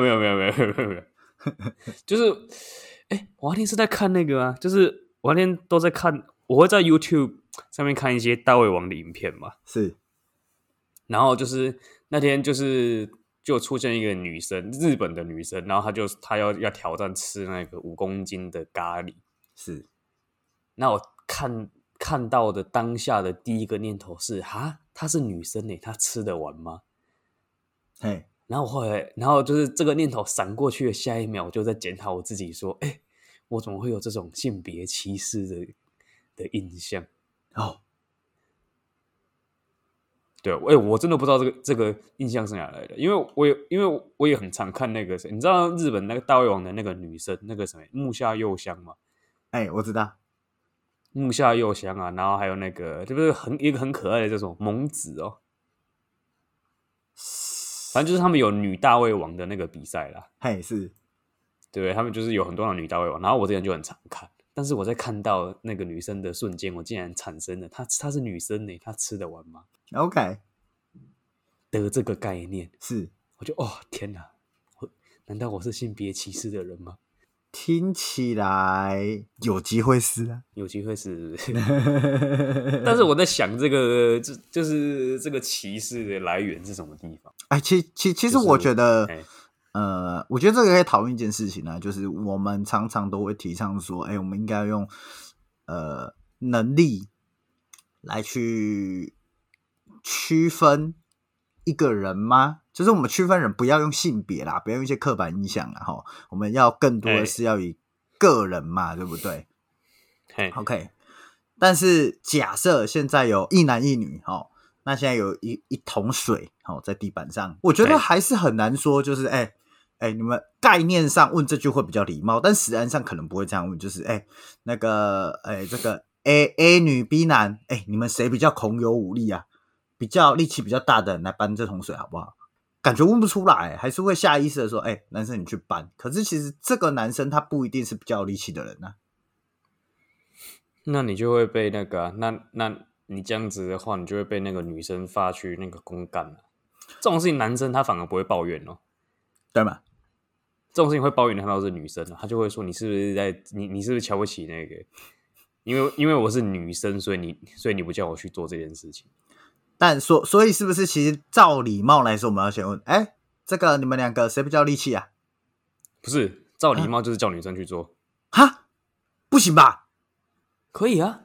没有没有没有没有没有没有没有，就是哎、我那天是在看那个啊，就是我那天都在看，我会在 YouTube 上面看一些大胃王的影片嘛，是然后就是那天就是就出现一个女生，日本的女生，然后她就她要要挑战吃那个五公斤的咖喱，是，那我看看到的当下的第一个念头是哈，她是女生呢、她吃得完吗？嘿，然后我后来，然后就是这个念头闪过去的下一秒，我就在检讨我自己，说：“哎，我怎么会有这种性别歧视的的印象哦，？”对，哎，我真的不知道这个这个印象是哪来的，因为我也因为我也很常看那个谁，你知道日本那个大胃王的那个女生，那个什么木下佑香吗？哎，我知道，木下佑香啊，然后还有那个这不是很一个很可爱的叫什么萌子哦，反正就是他们有女大胃王的那个比赛啦。嘿，是对他们就是有很多的女大胃王，然后我之前就很常看，但是我在看到那个女生的瞬间，我竟然产生了她她是女生呢、她吃得完吗？ OK，的这个概念，是我就哦天哪，我难道我是性别歧视的人吗？听起来有机会是啊，有机会是， 但是我在想这个，这就是这个歧视的来源是什么地 方？哎，其其其实就是我觉得，哎呃，我觉得这个可以讨论一件事情呢、就是我们常常都会提倡说，哎、我们应该用呃能力来去区分一个人吗？就是我们区分人不要用性别啦，不要用一些刻板印象啦，哈，我们要更多哎的是要以个人嘛，对不对？嘿， OK，但是假设现在有一男一女，哦，那现在有一一桶水，哦，在地板上，我觉对得还是很难说，就是哎哎、你们概念上问这句会比较礼貌，但实然上可能不会这样问，就是哎、那个哎、这个 A A 女 B 男，哎、你们谁比较孔有武力啊？比较力气比较大的人来搬这桶水好不好？感觉问不出来，还是会下意识的说：“哎、男生你去搬。”可是其实这个男生他不一定是比较有力气的人啊呐、那你就会被那个啊、那那你这样子的话，你就会被那个女生发去那个公干了。这种事情男生他反而不会抱怨哦，对吗？这种事情会抱怨的他都是女生啊，他就会说你是不是在你你是不是瞧不起那个？因为因为我是女生，所以你所以你不叫我去做这件事情。但所所以是不是其实照礼貌来说，我们要先问，哎、这个你们两个谁比较有力气啊？不是，照礼貌就是叫女生去做，哈，不行吧？可以啊。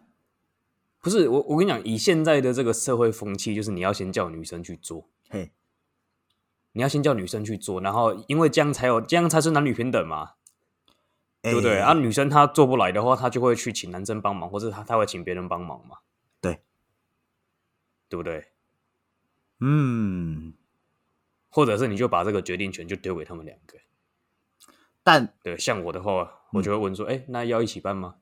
不是我，我跟你讲，以现在的这个社会风气，就是你要先叫女生去做，嘿，你要先叫女生去做，然后因为这样才有，这样才是男女平等嘛，哎对不对？啊，女生她做不来的话，她就会去请男生帮忙，或者她她会请别人帮忙嘛，对，对不对？嗯，或者是你就把这个决定权就丢给他们两个。但对，像我的话，我就会问说，哎、那要一起搬吗？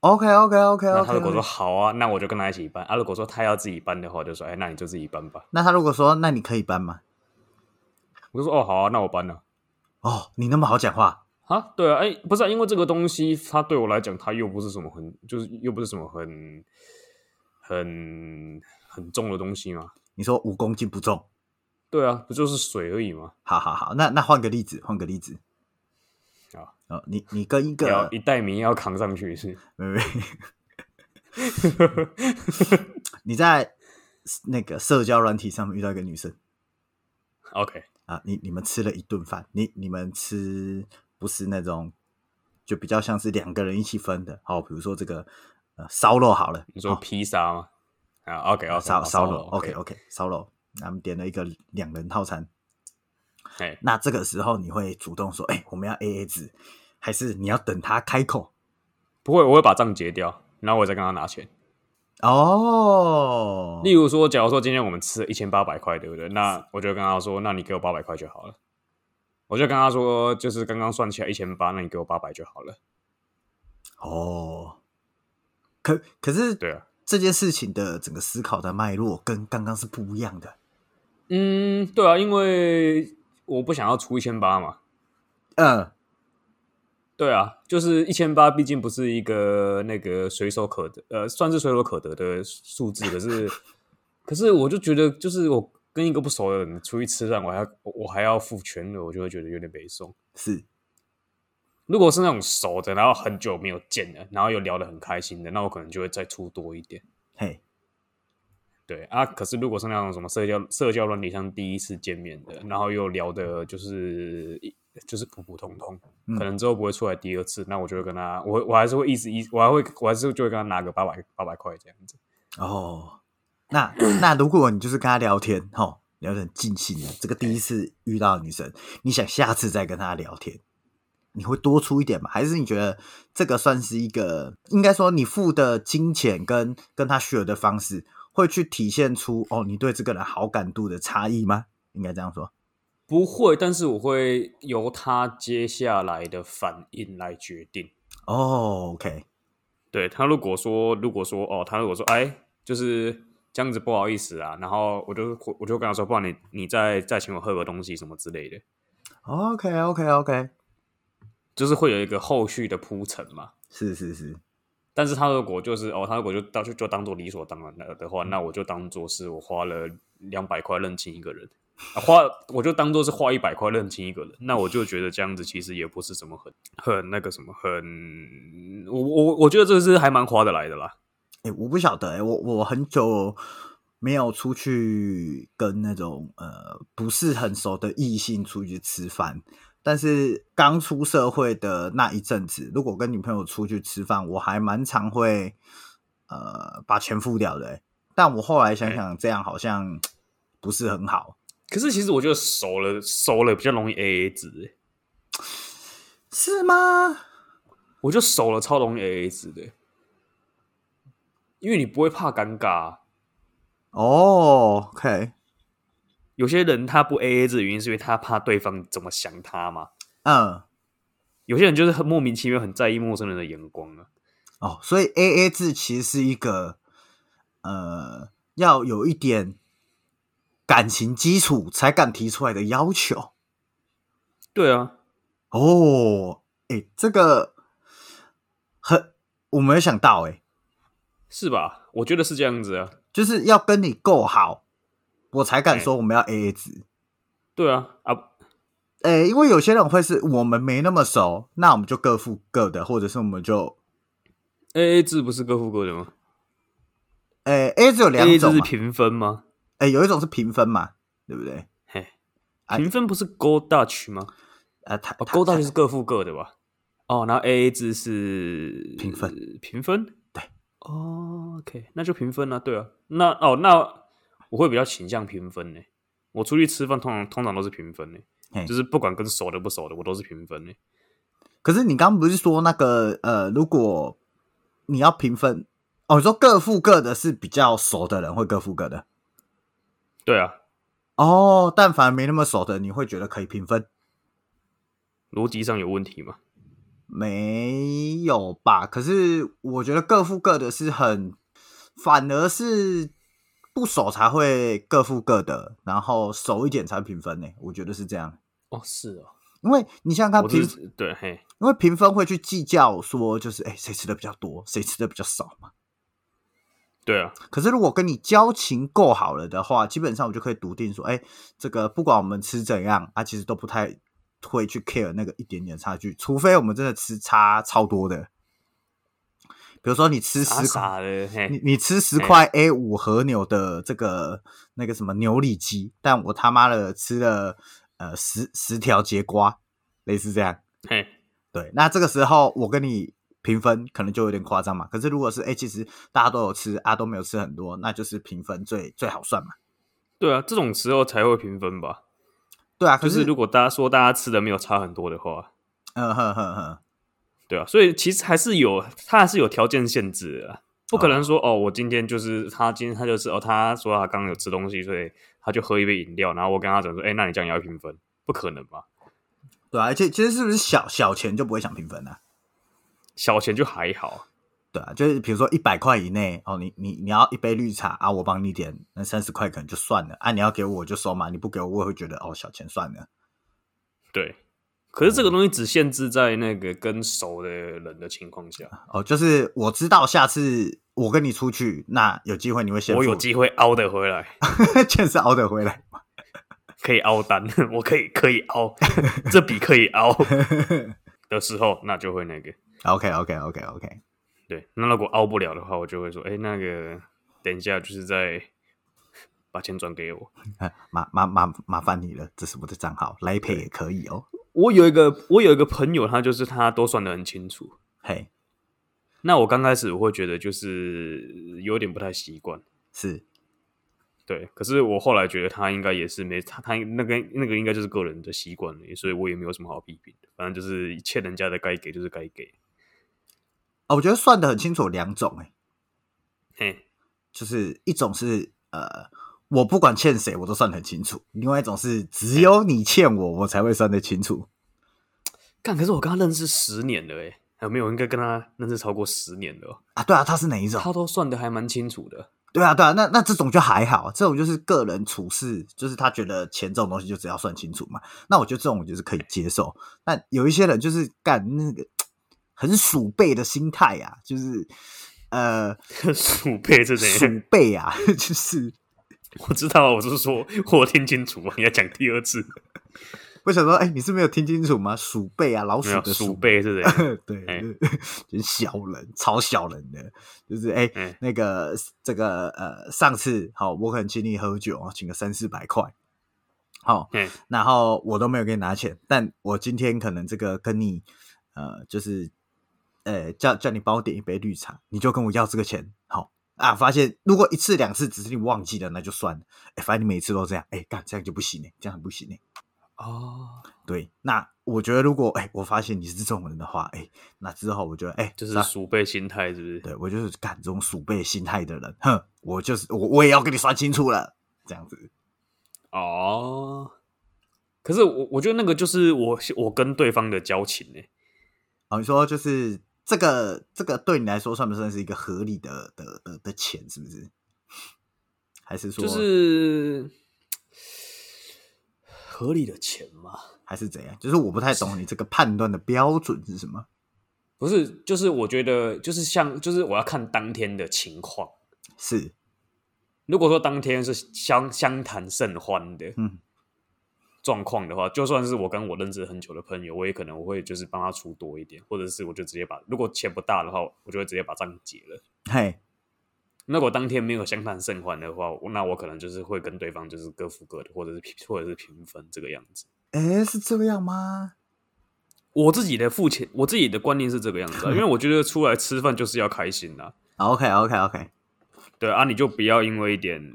OK OK OK 那 OK，他如果说好啊，那我就跟他一起搬；啊，如果说他要自己搬的话，我就说，哎、那你就自己搬吧。那他如果说那你可以搬吗？我就说哦，好啊，那我搬了。哦，你那么好讲话，啊，对啊，哎、不是、啊，因为这个东西，它对我来讲，它又不是什么很，就是又不是什么很、很、很重的东西嘛。你说五公斤不重，对啊，不就是水而已嘛。好好好，那那换个例子，换个例子。好哦，你你跟一你要个一袋米要扛上去是？没没，你在那个社交软体上面遇到一个女生， OK，啊，你你们吃了一顿饭，你你们吃不是那种，就比较像是两个人一起分的，好，比如说这个呃烧肉好了，你说披萨吗？啊，OK，哦，烧烧烧肉，OK， ，OK OK 烧肉，咱们点了一个两人套餐，哎，那这个时候你会主动说，哎、我们要 A A 制，还是你要等他开口？不会，我会把账结掉，然后我再跟他拿钱。哦，例如说，假如说今天我们吃了一千八百块，对不对？那我就跟他说，那你给我八百块就好了。我就跟他说，就是刚刚算起来一千八，那你给我八百就好了。哦，可可是对啊，这件事情的整个思考的脉络跟刚刚是不一样的。嗯，对啊，因为我不想要出一千八嘛。嗯，对啊，就是一千八，毕竟不是一个那个随手可得，呃，算是随手可得的数字。可是，可是我就觉得，就是我跟一个不熟的人出去吃饭，我还要我还要付全额，我就会觉得有点悲送。是如果是那种熟的，然后很久没有见了，然后又聊得很开心的，那我可能就会再出多一点。嘿，对啊，可是如果是那种什么社交社交软体上第一次见面的，然后又聊的就是就是普普通通，嗯可能之后不会出来第二次，那我就会跟他，我我还是会意思意，我还会我还是就会跟他拿个八百八百块这样子。哦，那那如果你就是跟他聊天，吼，聊得很尽兴啊的，这个第一次遇到的女生，你想下次再跟她聊天，你会多出一点吗？还是你觉得这个算是一个，应该说你付的金钱跟跟他学的方式，会去体现出哦你对这个人好感度的差异吗？应该这样说。不会，但是我会由他接下来的反应来决定。哦，OK，对他如果说如果说哦，他如果说哎，就是这样子不好意思啊，然后我就我就跟他说，不然你你再再请我喝个东西什么之类的， o k o k o k 就是会有一个后续的铺陈嘛。是是是，但是他如果就是哦，他如果就当就就当做理所当然的的话，那我就当做是我花了两百块认清一个人，啊花我就当做是花一百块认清一个人，那我就觉得这样子其实也不是什么很 很那个什么很，我我我觉得这是还蛮划得来的啦。哎、我不晓得、欸，我我很久没有出去跟那种呃不是很熟的异性出去吃饭，但是刚出社会的那一阵子，如果跟女朋友出去吃饭，我还蛮常会呃把钱付掉的、欸。但我后来想想，这样好像不是很好。可是其实我觉得熟了熟了比较容易 A A 制、欸，是吗？我就熟了超容易 A A 制的欸、因为你不会怕尴尬啊、哦，OK，有些人他不 A A 制的原因是因为他怕对方怎么想他嘛。嗯，有些人就是很莫名其妙很在意陌生人的眼光啊。哦，所以 A A 制其实是一个呃，要有一点感情基础才敢提出来的要求。对啊，哦，哎，这个很我没有想到、欸，哎，是吧？我觉得是这样子啊。就是要跟你够好，我才敢哎说我们要 A A 制。对啊，啊，诶、因为有些人会是我们没那么熟，那我们就各付各的，或者是我们就 A A 制不是各付各的吗诶、A 只有？A A 两制种是嘛，平分吗？诶、有一种是平分嘛，对不对？嘿，哎平分不是 Go Dutch 吗？啊，他哦他，Go Dutch 他是各付各的吧？哦，然后 A A 制是平分，平分，对。哦，OK，那就平分啊，对啊。那哦，那我会比较倾向平分呢、我出去吃饭通常通常都是平分呢、嘿就是不管跟熟的不熟的，我都是平分呢、可是你刚刚不是说那个呃，如果你要平分，哦，你说各付各的是比较熟的人会各付各的，对啊，哦，但凡没那么熟的，你会觉得可以平分？逻辑上有问题嘛？没有吧？可是我觉得各付各的是很，反而是不熟才会各付各的，然后熟一点才平分呢、我觉得是这样，哦，是哦，因为你想想看我平，是对嘿，因为平分会去计较说就是哎谁吃的比较多，谁吃的比较少嘛。对啊，可是如果跟你交情够好了的话，基本上我就可以笃定说，哎，这个不管我们吃怎样，啊，其实都不太会去 care 那个一点点差距，除非我们真的吃差超多的。比如说你吃傻十块，傻欸的你嘿，你吃十块 A 五和牛的这个那个什么牛里脊，但我他妈的吃了呃十十条节瓜，类似这样。嘿，对，那这个时候我跟你平分，可能就有点夸张嘛。可是如果是哎、诶其实大家都有吃啊，都没有吃很多，那就是平分最最好算嘛。对啊，这种时候才会平分吧？对啊，可就是是如果大家说大家吃的没有差很多的话，嗯哼哼哼，对啊，所以其实还是有，它还是有条件限制的啊，不可能说哦我今天就是他今天他就是哦，他说他刚刚有吃东西，所以他就喝一杯饮料，然后我跟他讲说，哎、那你这样也要平分，不可能吧？对啊，而且其实是不是小小钱就不会想平分啊？小钱就还好，对啊，就是比如说一百块以内哦，你你你要一杯绿茶啊，我帮你点，那三十块可能就算了啊，你要给我我就收嘛，你不给我我也会觉得哦小钱算了。对。可是这嗯个东西只限制在那个跟熟的人的情况下，哦，就是我知道下次我跟你出去，那有机会你会先我有付机会凹得回来， 钱是熬得回来。可以凹单， 我可以可以凹 这笔可以 凹的时候，那就会那个。 OK OK OK OK，对，那如果熬不了的话，我就会说，哎、那个等一下就是在把钱转给我。麻麻麻麻烦你了，这是我的账号，来赔也可以哦。我有一个，我有一个朋友，他就是他都算得很清楚。嘿，那我刚开始我会觉得就是有点不太习惯，是对。可是我后来觉得他应该也是没他他那个那个应该就是个人的习惯了，所以我也没有什么好批评的。反正就是欠人家的该给就是该给，哦，我觉得算得很清楚，两种哎，嘿，就是一种是呃，我不管欠谁我都算得很清楚；，另外一种是只有你欠我，我才会算得清楚。干，可是我跟他认识十年了、哎，还有没有应该跟他认识超过十年了哦？啊，对啊，他是哪一种？他都算得还蛮清楚的。 对啊，对啊，那那这种就还好，这种就是个人处事，就是他觉得钱这种东西就只要算清楚嘛。那我觉得这种我就是可以接受。但有一些人就是干那个很鼠辈的心态啊，就是呃，鼠辈是怎鼠样？ 辈啊，就是我知道啊，我是说我听清楚啊，你要讲第二次。我想说，哎、你是没有听清楚吗？鼠辈啊，老没鼠有的哦鼠鼠，辈是谁？ 对，哎就是就是小人，超小人的，就是哎、哎那个这个呃，上次好，我可能请你喝酒，请个三四百块，好、哎然后我都没有给你拿钱，但我今天可能这个跟你呃，就是呃，叫叫你帮我点一杯绿茶，你就跟我要这个钱，好、啊，发现如果一次两次只是你忘记了，那就算了，哎，反正你每次都这样，哎，干这样就不行呢，这样很不行呢。 哦，对，那我觉得如果哎、我发现你是这种人的话，哎、那之后我觉得哎、就是啊那鼠辈心态是不是？对我就是干这种鼠辈心态的人，哼，我就是我我也要跟你算清楚了，这样子。哦，可是我我觉得那个就是我我跟对方的交情欸呢、好，你说就是这个这个对你来说算不算是一个合理的的的的钱，是不是？还是说就是合理的钱嘛。还是怎样？就是我不太懂你这个判断的标准是什么不是，就是我觉得就是像就是我要看当天的情况。是。如果说当天是相相谈甚欢的嗯状况的话，就算是我跟我认识很久的朋友，我也可能我会就是帮他出多一点，或者是我就直接把如果钱不大的话，我就会直接把账结了。嘿，那如果当天没有相谈甚欢的话，我那我可能就是会跟对方就是各付各的，或者是平或者是平分这个样子。哎，是这样吗？我自己的付钱，我自己的观念是这个样 子、啊，因为我觉得出来吃饭就是要开心啦、 OK OK OK，对啊，你就不要因为一点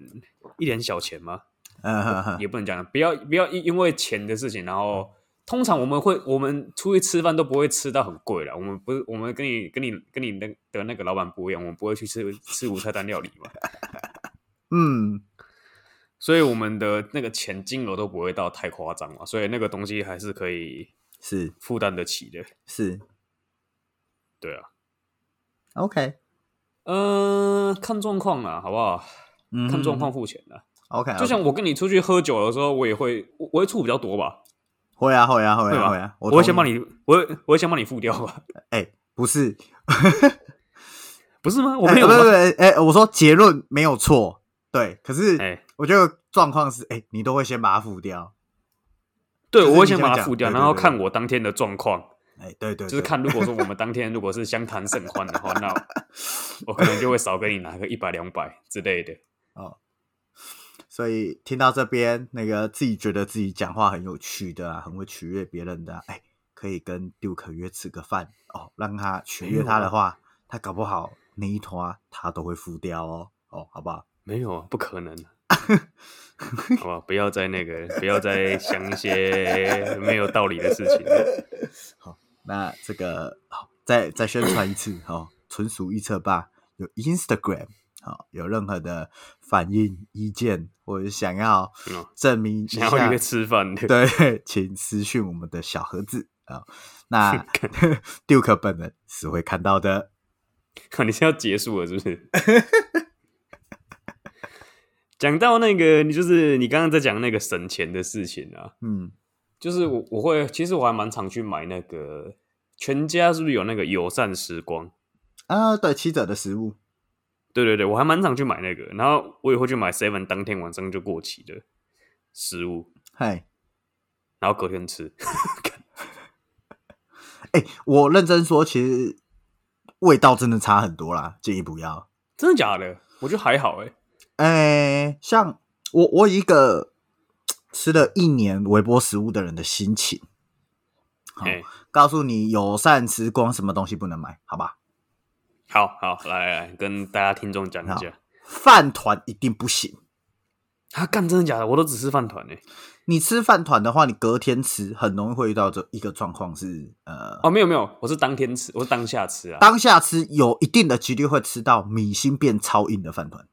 一点小钱嘛，嗯哼哼，也不能讲，不要不要因因为钱的事情，然后通常我们会我们出去吃饭都不会吃到很贵啦，我们不是我们跟你跟你跟你那的那个老板不一样，我们不会去吃吃无菜单料理 嘛，嗯，所以我们的那个钱金额都不会到太夸张嘛，所以那个东西还是可以是负担得起的，是对啊， OK，嗯、看状况啦，好不好？嗯哼，看状况付钱啦。嗯 OK，, o k 就像我跟你出去喝酒的时候，我也会我我会出比较多吧，会啊会啊会会啊吧会啊，我同会意先帮。你，我会我会先帮你付掉吧。哎、不是，不是吗？我哎没有不吗不不，哎、我说结论没有错，对。可是，哎我觉得状况是，哎、你都会先把它付掉。对，就是我会你先这把样它讲付掉，对然对后对看我当天的状况，哎、对对就是对看如果说我们当天如果是相谈甚欢的话，那我可能就会少给你拿个一百两百之类的。哦。所以听到这边，那个自己觉得自己讲话很有趣的啊，很会取悦别人的啊、哎、可以跟 Duke 约吃个饭哦，让他取悦啊他的话，他搞不好那一团他都会付掉哦，哦，好不好？没有啊，不可 能啊。好吧，不要再那个，不要再想一些没有道理的事情。 好，那这个好，再再宣传一次，好、纯属预测吧。有 Instagram，好、有任何的反应、意见，或者想要嗯证明一想要下约，吃饭 的，对， 请私讯我们的小盒子啊、那 Duke 本人是会看到的。 你是要结束了是不 是？讲到那个，你就是你刚刚在讲那个省钱的事情啊，嗯，就是我我会，其实我还蛮常去买那个全家，是不是有那个友善时光？啊，对，七者的食物，对对对，我还蛮常去买那个，然后我也会去买 Seven 当天晚上就过期的食物，嗨，然后隔天吃。哎、我认真说，其实味道真的差很多啦，建议不要。真的假的？我觉得还好哎、诶、像我我以一个吃了一年微波食物的人的心情，好欸，哎、告诉你友善时光什么东西不能买，好吧？好好来来来跟大家听众讲一下。饭团一定不行。啊，干真的假的？我都只吃饭团哎。你吃饭团的话，你隔天吃很容易会遇到这一个状况是，呃，哦，没有没有，我是当天吃，我是当下吃啊。当下吃有一定的几率会吃到米心变超硬的饭团。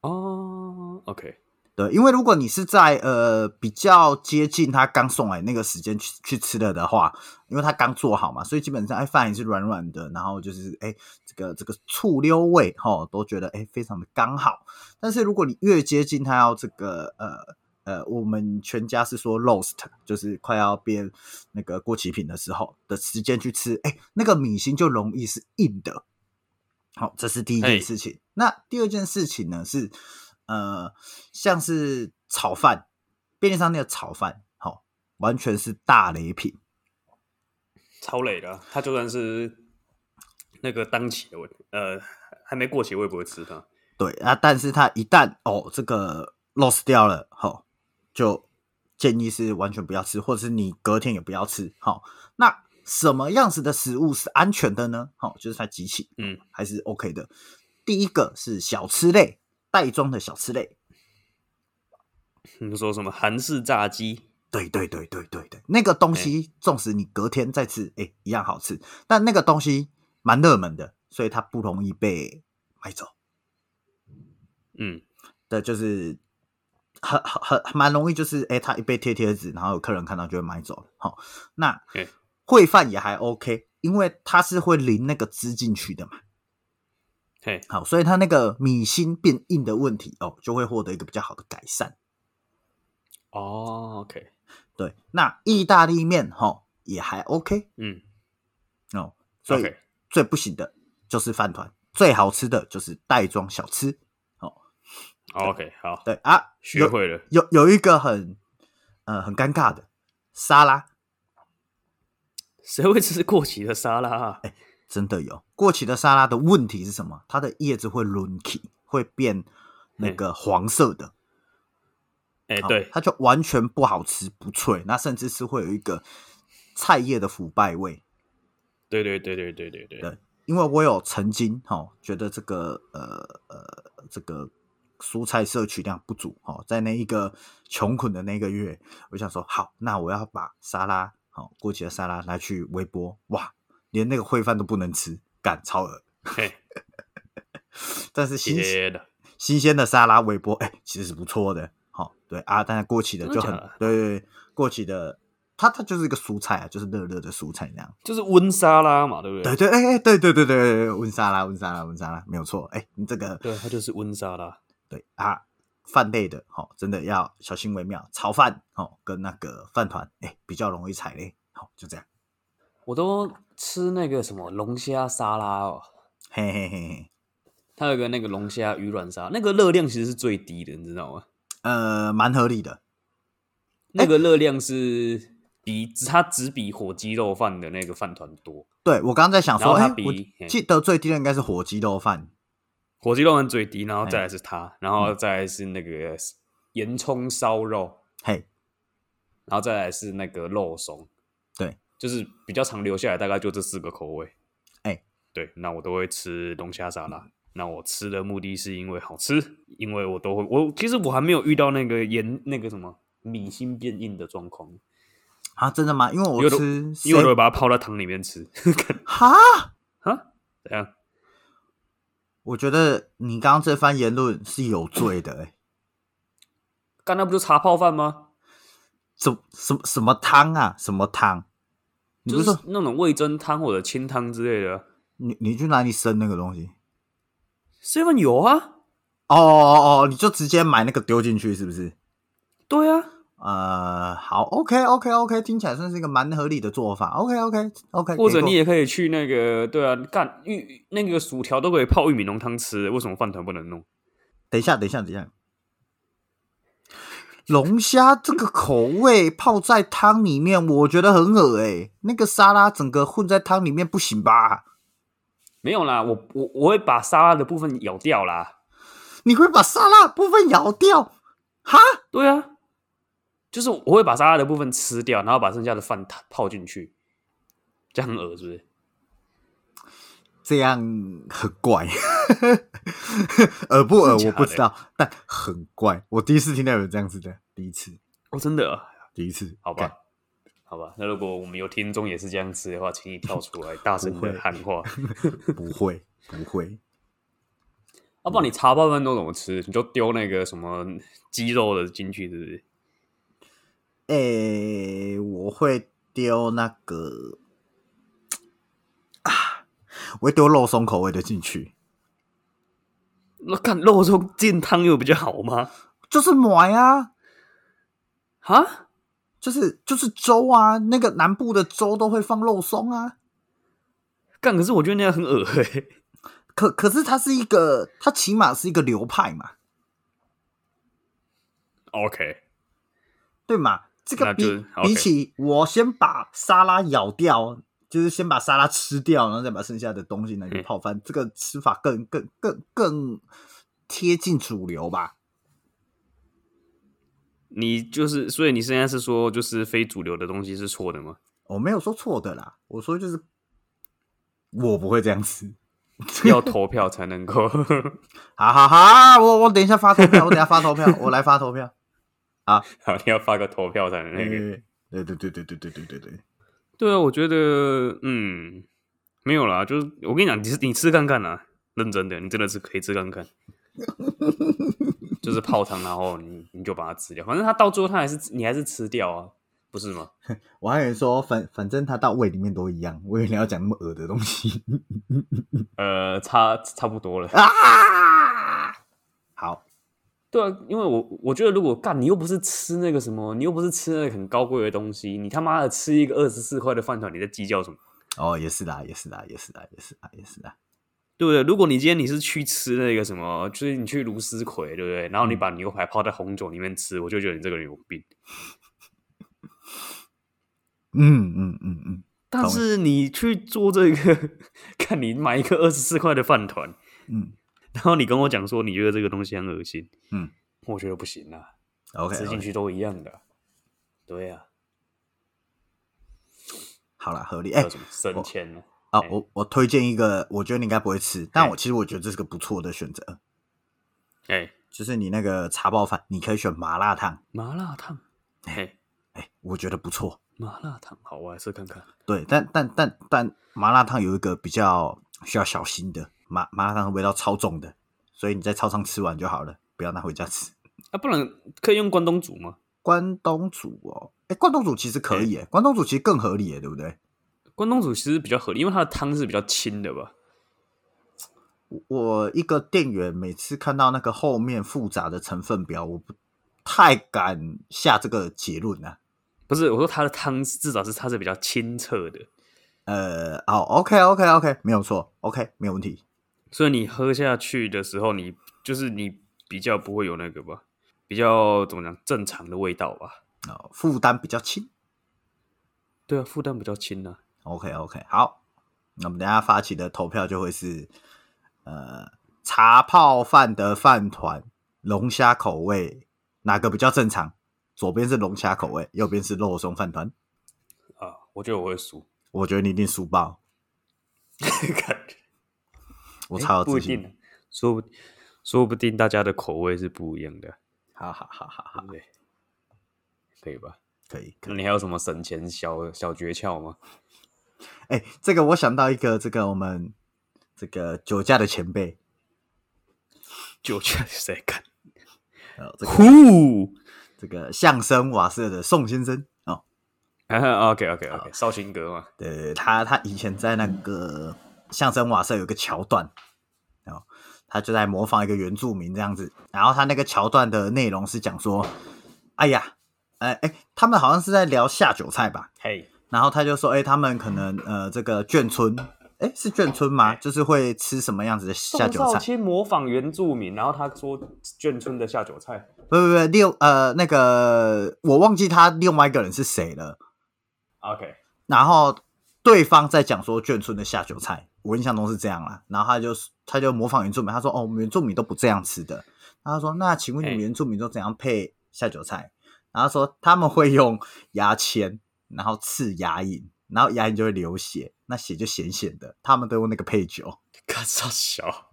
哦，OK，对，因为如果你是在呃比较接近它刚送来那个时间去去吃了的话，因为它刚做好嘛，所以基本上哎饭也是软软的，然后就是哎这个这个醋溜味哈、吼都觉得哎非常的刚好。但是如果你越接近它要这个呃呃我们全家是说 roast，就是快要变那个过期品的时候的时间去吃，哎那个米心就容易是硬的。好，这是第一嘿件事情。那第二件事情呢是，呃，像是炒饭，便利商店的炒饭，好、完全是大雷品。超累的啊、它就算是那个当期的，我呃还没过期，我也不会吃它。对啊，但是它一旦哦这个 lost 掉了，好、就建议是完全不要吃，或者是你隔天也不要吃。好、那什么样子的食物是安全的呢？好、就是它集齐，嗯，还是 OK 的。第一个是小吃类，袋装的小吃类，你说什么韩式炸鸡？对对对对对对，那个东西纵使你隔天再吃，哎、一样好吃。但那个东西蛮热门的，所以它不容易被买走。嗯，的就是很很很蛮容易，就是哎、诶他一被贴贴纸，然后有客人看到就会买走了。好，那对烩饭也还 OK，因为它是会淋那个汁进去的嘛。嘿，好，所以它那个米心变硬的问题哦，就会获得一个比较好的改善。哦，OK，对，那意大利面哈、吼也还 OK 嗯哦，所以，OK，最不行的就是饭团，最好吃的就是袋装小吃。好 OK，好，对啊，学有会了。有有一个很呃很尴尬的沙拉，谁会吃过期的沙拉、啊？哎真的有过期的沙拉的问题是什么？它的叶子会轮起，会变那个黄色的，哎、哦对，它就完全不好吃不脆，那甚至是会有一个菜叶的腐败味。对对对对对对对，对，因为我有曾经哈、哦觉得这个呃呃这个蔬菜摄取量不足哦，在那一个穷困的那个月，我想说好，那我要把沙拉好、哦过期的沙拉拿去微波，哇，连那个烩饭都不能吃，干超恶。嘿， 但是新奇贴的，新鲜的沙拉微波，哎、其实是不错的。好、对啊，但是过期的真就的很假的对对对，过期的它它就是一个蔬菜啊，就是热热的蔬菜那样。就是温沙拉嘛，对不对对？对，哎、哎，对对对对对，温沙拉温沙拉温沙拉，没有错。哎、你这个对，它就是温沙拉。对啊，饭类的，好、真的要小心为妙。炒饭哦，跟那个饭团，哎、比较容易踩雷。好、就这样。我都吃那个什么龙虾沙拉哦，嘿嘿嘿嘿，它有个那个龙虾鱼软沙，那个热量其实是最低的，你知道吗？呃，蛮合理的。哎那个热量是比它只比火鸡肉饭的那个饭团多，对我刚刚在想然说，后它哎、比我嘿记得最低的应该是火鸡肉饭，火鸡肉饭最低，然后再来是它，然嗯后再来是那个盐葱烧肉，嘿，然后再来是那个肉松，对，就是比较常留下来，大概就这四个口味。哎对，那我都会吃龙虾沙拉。那我吃的目的是因为好吃，因为我都会，我其实我还没有遇到那个盐那个什么米心变硬的状况，啊，真的吗？因为因为我都吃因为我都会 seven- 把它泡到汤里面吃。 啊哈，哈，怎样？我觉得你刚刚这番言论是有罪的、欸，刚才不就茶泡饭吗？怎什什么汤啊？什么汤？你不就是是说那种味噌汤或者清汤之类的。啊你你去哪里生那个东西？ seven 有啊，哦哦哦，你就直接买那个丢进去是不是？对啊，呃，好，OK OK OK，听起来算是一个蛮合理的做法。OK OK OK，或者你也可以去那个，对啊，干玉那个薯条都可以泡玉米浓汤吃，为什么饭团不能弄？等一下，等一下，等一下。龙虾这个口味泡在汤里面，我觉得很恶哎、那个沙拉整个混在汤里面不行吧？没有啦，我我我会把沙拉的部分咬掉啦。你会把沙拉部分咬掉？哈？对啊，就是我会把沙拉的部分吃掉，然后把剩下的饭汤泡进去，这样很恶是不是？这样很怪， 耳不耳真假的我不知道，但很怪。我第一次听到有这样子的，第一次，哦，真的啊，第一次，好干吧，，好吧。那如果我们有听众也是这样吃的话，请你跳出来，大声不会的欸喊 话。 不会，不会，要、啊不然你茶泡饭都怎么吃？你就丢那个什么鸡肉的进去，是不是？诶、我会丢那个啊，我会丢肉松口味的进去，那看肉松进汤有比较好吗？就是买啊，哈，就是就是粥啊，那个南部的粥都会放肉松啊。干！可是我觉得那样很恶心、可可是它是一个，它起码是一个流派嘛， OK，对嘛？这那个就比、 OK 比起我先把沙拉咬掉，就是先把沙拉吃掉，然后再把剩下的东西拿去嗯泡饭，这个吃法更更更更贴近主流吧？你就是，所以你现在是说，就是非主流的东西是错的吗？ 我哦没有说错的啦，我说就是我不会这样吃。要投票才能够。 好好好，我我等一下发投票，我等一下发投票，我来发 投票。好，你要发个投票才能那个。对对对对对对对对对，对啊，我觉得，嗯，没有啦，就是我跟你讲，你吃你吃看看啦，认真的，你真的是可以吃看看。就是泡汤，然后你你就把它吃掉，反正它到最后它还是你还是吃掉啊，不是吗？我还以为说反反正它到胃里面都一样，我以为你要讲那么恶的东西 呃，差差不多了。啊。好，对啊，因为我我觉得如果干你又不是吃那个什么，你又不是吃那个很高贵的东西，你他妈的吃一个二十四块的饭团，你在计较什么？哦，也是啦，也是啦，也是啦，也是啦，也是啦。对不对？如果你今天你是去吃那个什么，就是你去卢斯葵，对不对？然后你把牛排泡在红酒里面吃，我就觉得你这个人有病。嗯嗯嗯嗯，但是你去做这个， 看你买一个二十四块的饭团，嗯然后你跟我讲说你觉得这个东西很恶心，嗯，我觉得不行啊， ，OK，, 吃进去都一样的。啊对啊呀、好啦，合理。啊，哎、还有什么生签呢？啊哎，我我推荐一个，我觉得你应该不会吃，但哎我其实我觉得这是个不错的选择，哎、就是你那个茶包饭，你可以选麻辣烫，麻辣烫，哎、哎、我觉得不错。麻辣烫，好，我来试看看。对，但但但但麻辣烫有一个比较需要小心的，麻麻辣烫的味道超重的，所以你在超商吃完就好了，不要拿回家吃。啊，不然可以用关东煮吗？关东煮哦，哎，关东煮其实可以耶，关东煮其实更合理耶，对不对？关东煮其实比较合理，因为它的汤是比较清的吧。我我一个店员每次看到那个后面复杂的成分表，我不太敢下这个结论啊。不是，我说它的汤是至少是它是比较清澈的，呃，哦，OK OK OK，没有错，OK 没有问题。所以你喝下去的时候你，就是你比较不会有那个吧，比较怎么讲正常的味道吧。哦，负担比较轻对啊，负担比较轻啊。 ，OK OK，好，那我们等一下发起的投票就会是，呃，茶泡饭的饭团龙虾口味哪个比较正常？左边是龙虾口味，右边是肉松饭团。啊，我觉得我会输， 我觉得你一定输爆，感觉我超有不自一定信。啊，说不说不定大家的口味是不一样的，好好好好对好，不对？可以吧？可以可以那。你还有什么省钱小小诀窍吗？哎、这个我想到一个，这个我们这个酒驾的前辈，就这谁干？呃，这 个呼！这个相声瓦舍的宋先生哦， OK OK OK，绍兴哥嘛，对，他他以前在那个相声瓦舍有个桥段，然后他就在模仿一个原住民这样子，然后他那个桥段的内容是讲说，哎呀，哎、哎、他们好像是在聊下酒菜吧，嘿，然后他就说，哎、他们可能呃这个眷村，哎、是眷村吗？就是会吃什么样子的下宋酒少菜？卿模仿原住民，然后他说眷村的下酒菜，不不不，六呃那个我忘记他另外一个人是谁了。 OK，然后对方在讲说眷村的下酒菜，我印象中是这样啦。然后他就他就模仿原住民，他说：“哦，我们原住民都不这样吃的。”他说：“那请问你们哎原住民都怎样配下酒菜？”然后说他们会用牙签，然后刺牙龈，然后牙龈就会流血，那血就咸咸的。他们都用那个配酒，干啥小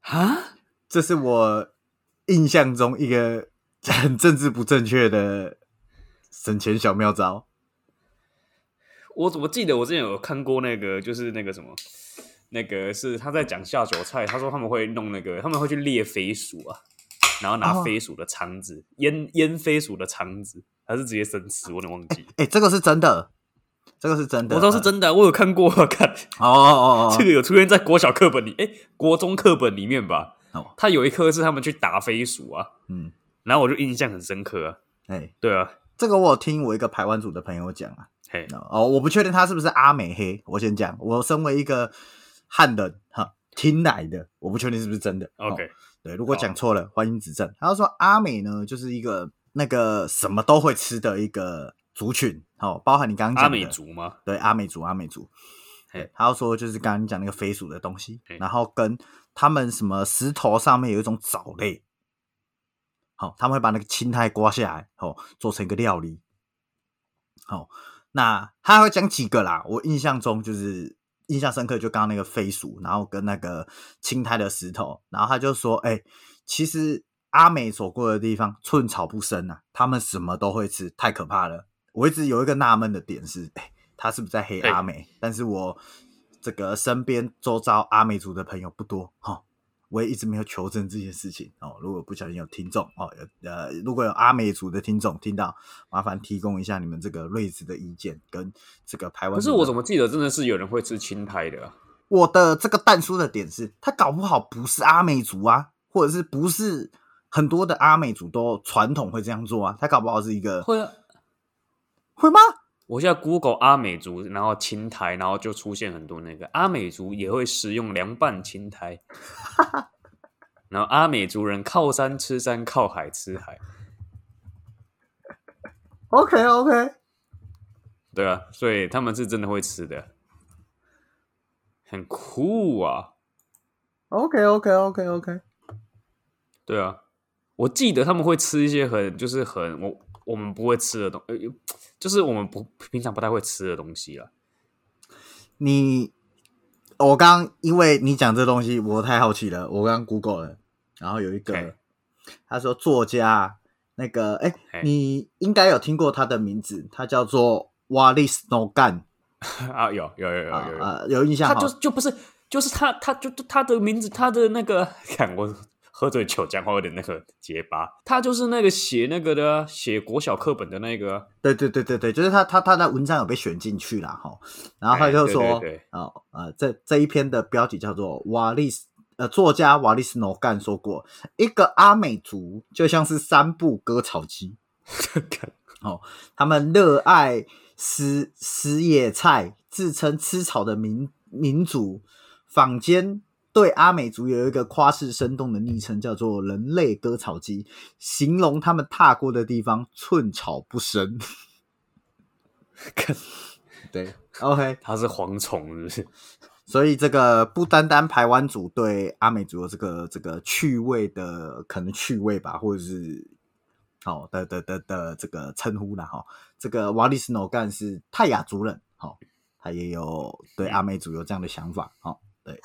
啊？这是我印象中一个很政治不正确的省钱小妙招。我我记得我之前有看过那个，就是那个什么，那个是他在讲下酒菜，他说他们会弄那个，他们会去猎飞鼠啊，然后拿哦飞鼠的肠子、腌腌飞鼠的肠子，还是直接生吃，我有点忘记了。哎、这个是真的，这个是真的，我知道是嗯真的啊、我有看过啊，看哦哦哦， 这个有出现在国小课本里，哎、国中课本里面吧。哦他有一科是他们去打飞鼠啊，嗯，然后我就印象很深刻啊。哎、对啊，这个我有听我一个台湾组的朋友讲啊，嘿，哦，我不确定他是不是阿美黑，我先讲，我身为一个汉人哈，听来的，我不确定是不是真的。 OK，哦、对，如果讲错了，欢迎指正。他说阿美呢，就是一个那个什么都会吃的一个族群，哦，包含你刚刚阿讲的美族吗？对阿美族，阿美族，对嘿，他说就是刚刚讲那个飞鼠的东西嘿，然后跟他们什么石头上面有一种藻类，好、他们会把那个青苔刮下来，哦，做成一个料理。好、那他会讲几个啦，我印象中就是印象深刻，就刚刚那个飞鼠，然后跟那个青苔的石头，然后他就说，哎、其实阿美走过的地方寸草不生啊，他们什么都会吃，太可怕了。我一直有一个纳闷的点是，哎、他是不是在黑阿美？但是我这个身边周遭阿美族的朋友不多哈、哦，我也一直没有求证这件事情哦。如果不小心有听众哦，有呃，如果有阿美族的听众听到，麻烦提供一下你们这个睿智的意见跟这个台湾。可是我怎么记得真的是有人会吃青苔的啊？我的这个淡出的点是，他搞不好不是阿美族啊，或者是不是很多的阿美族都传统会这样做啊？他搞不好是一个会啊！会吗？我现在 Google 阿美族，然后青苔，然后就出现很多那个阿美族也会食用凉拌青 苔，然后阿美族人靠山吃山，靠海吃海， OK OK，对啊，所以他们是真的会吃的，很酷啊！ OK OK OK OK，对啊，我记得他们会吃一些很就是很我我们不会吃的东，呃，就是我们不平常不太会吃的东西啦。 你哦我刚因为你讲这东西，我太好奇了，我刚 Google 了，然后有一嘿个他说作家那个哎、嘿你应该有听过他的名字，他叫做 Wallace Nogan 啊，有有有有啊有有，啊，有印象他哈就？就不是就是他他就就他的名字他的那个， 看我喝醉酒讲话有点那个结巴，他就是那个写那个的啊写国小课本的那个啊， 对对对对对，就是他他他的文章有被选进去啦哈，然后他哎就对说对对哦呃这这一篇的标题叫做瓦利斯呃作家瓦利斯诺干说过，一个阿美族就像是三部割草机，看他们热爱食食野菜，自称吃草的民民族，坊间。对阿美族有一个夸饰生动的昵称，叫做“人类割草机”，形容他们踏过的地方寸草不生。 看对，OK，他是蝗虫是不是？所以这个不单单台湾族对阿美族的这个这个趣味的可能趣味吧，或者是好、的的的的这个称呼啦哈、这个瓦利斯诺干是泰雅族人，好、他也有对嗯阿美族有这样的想法，哦好、对，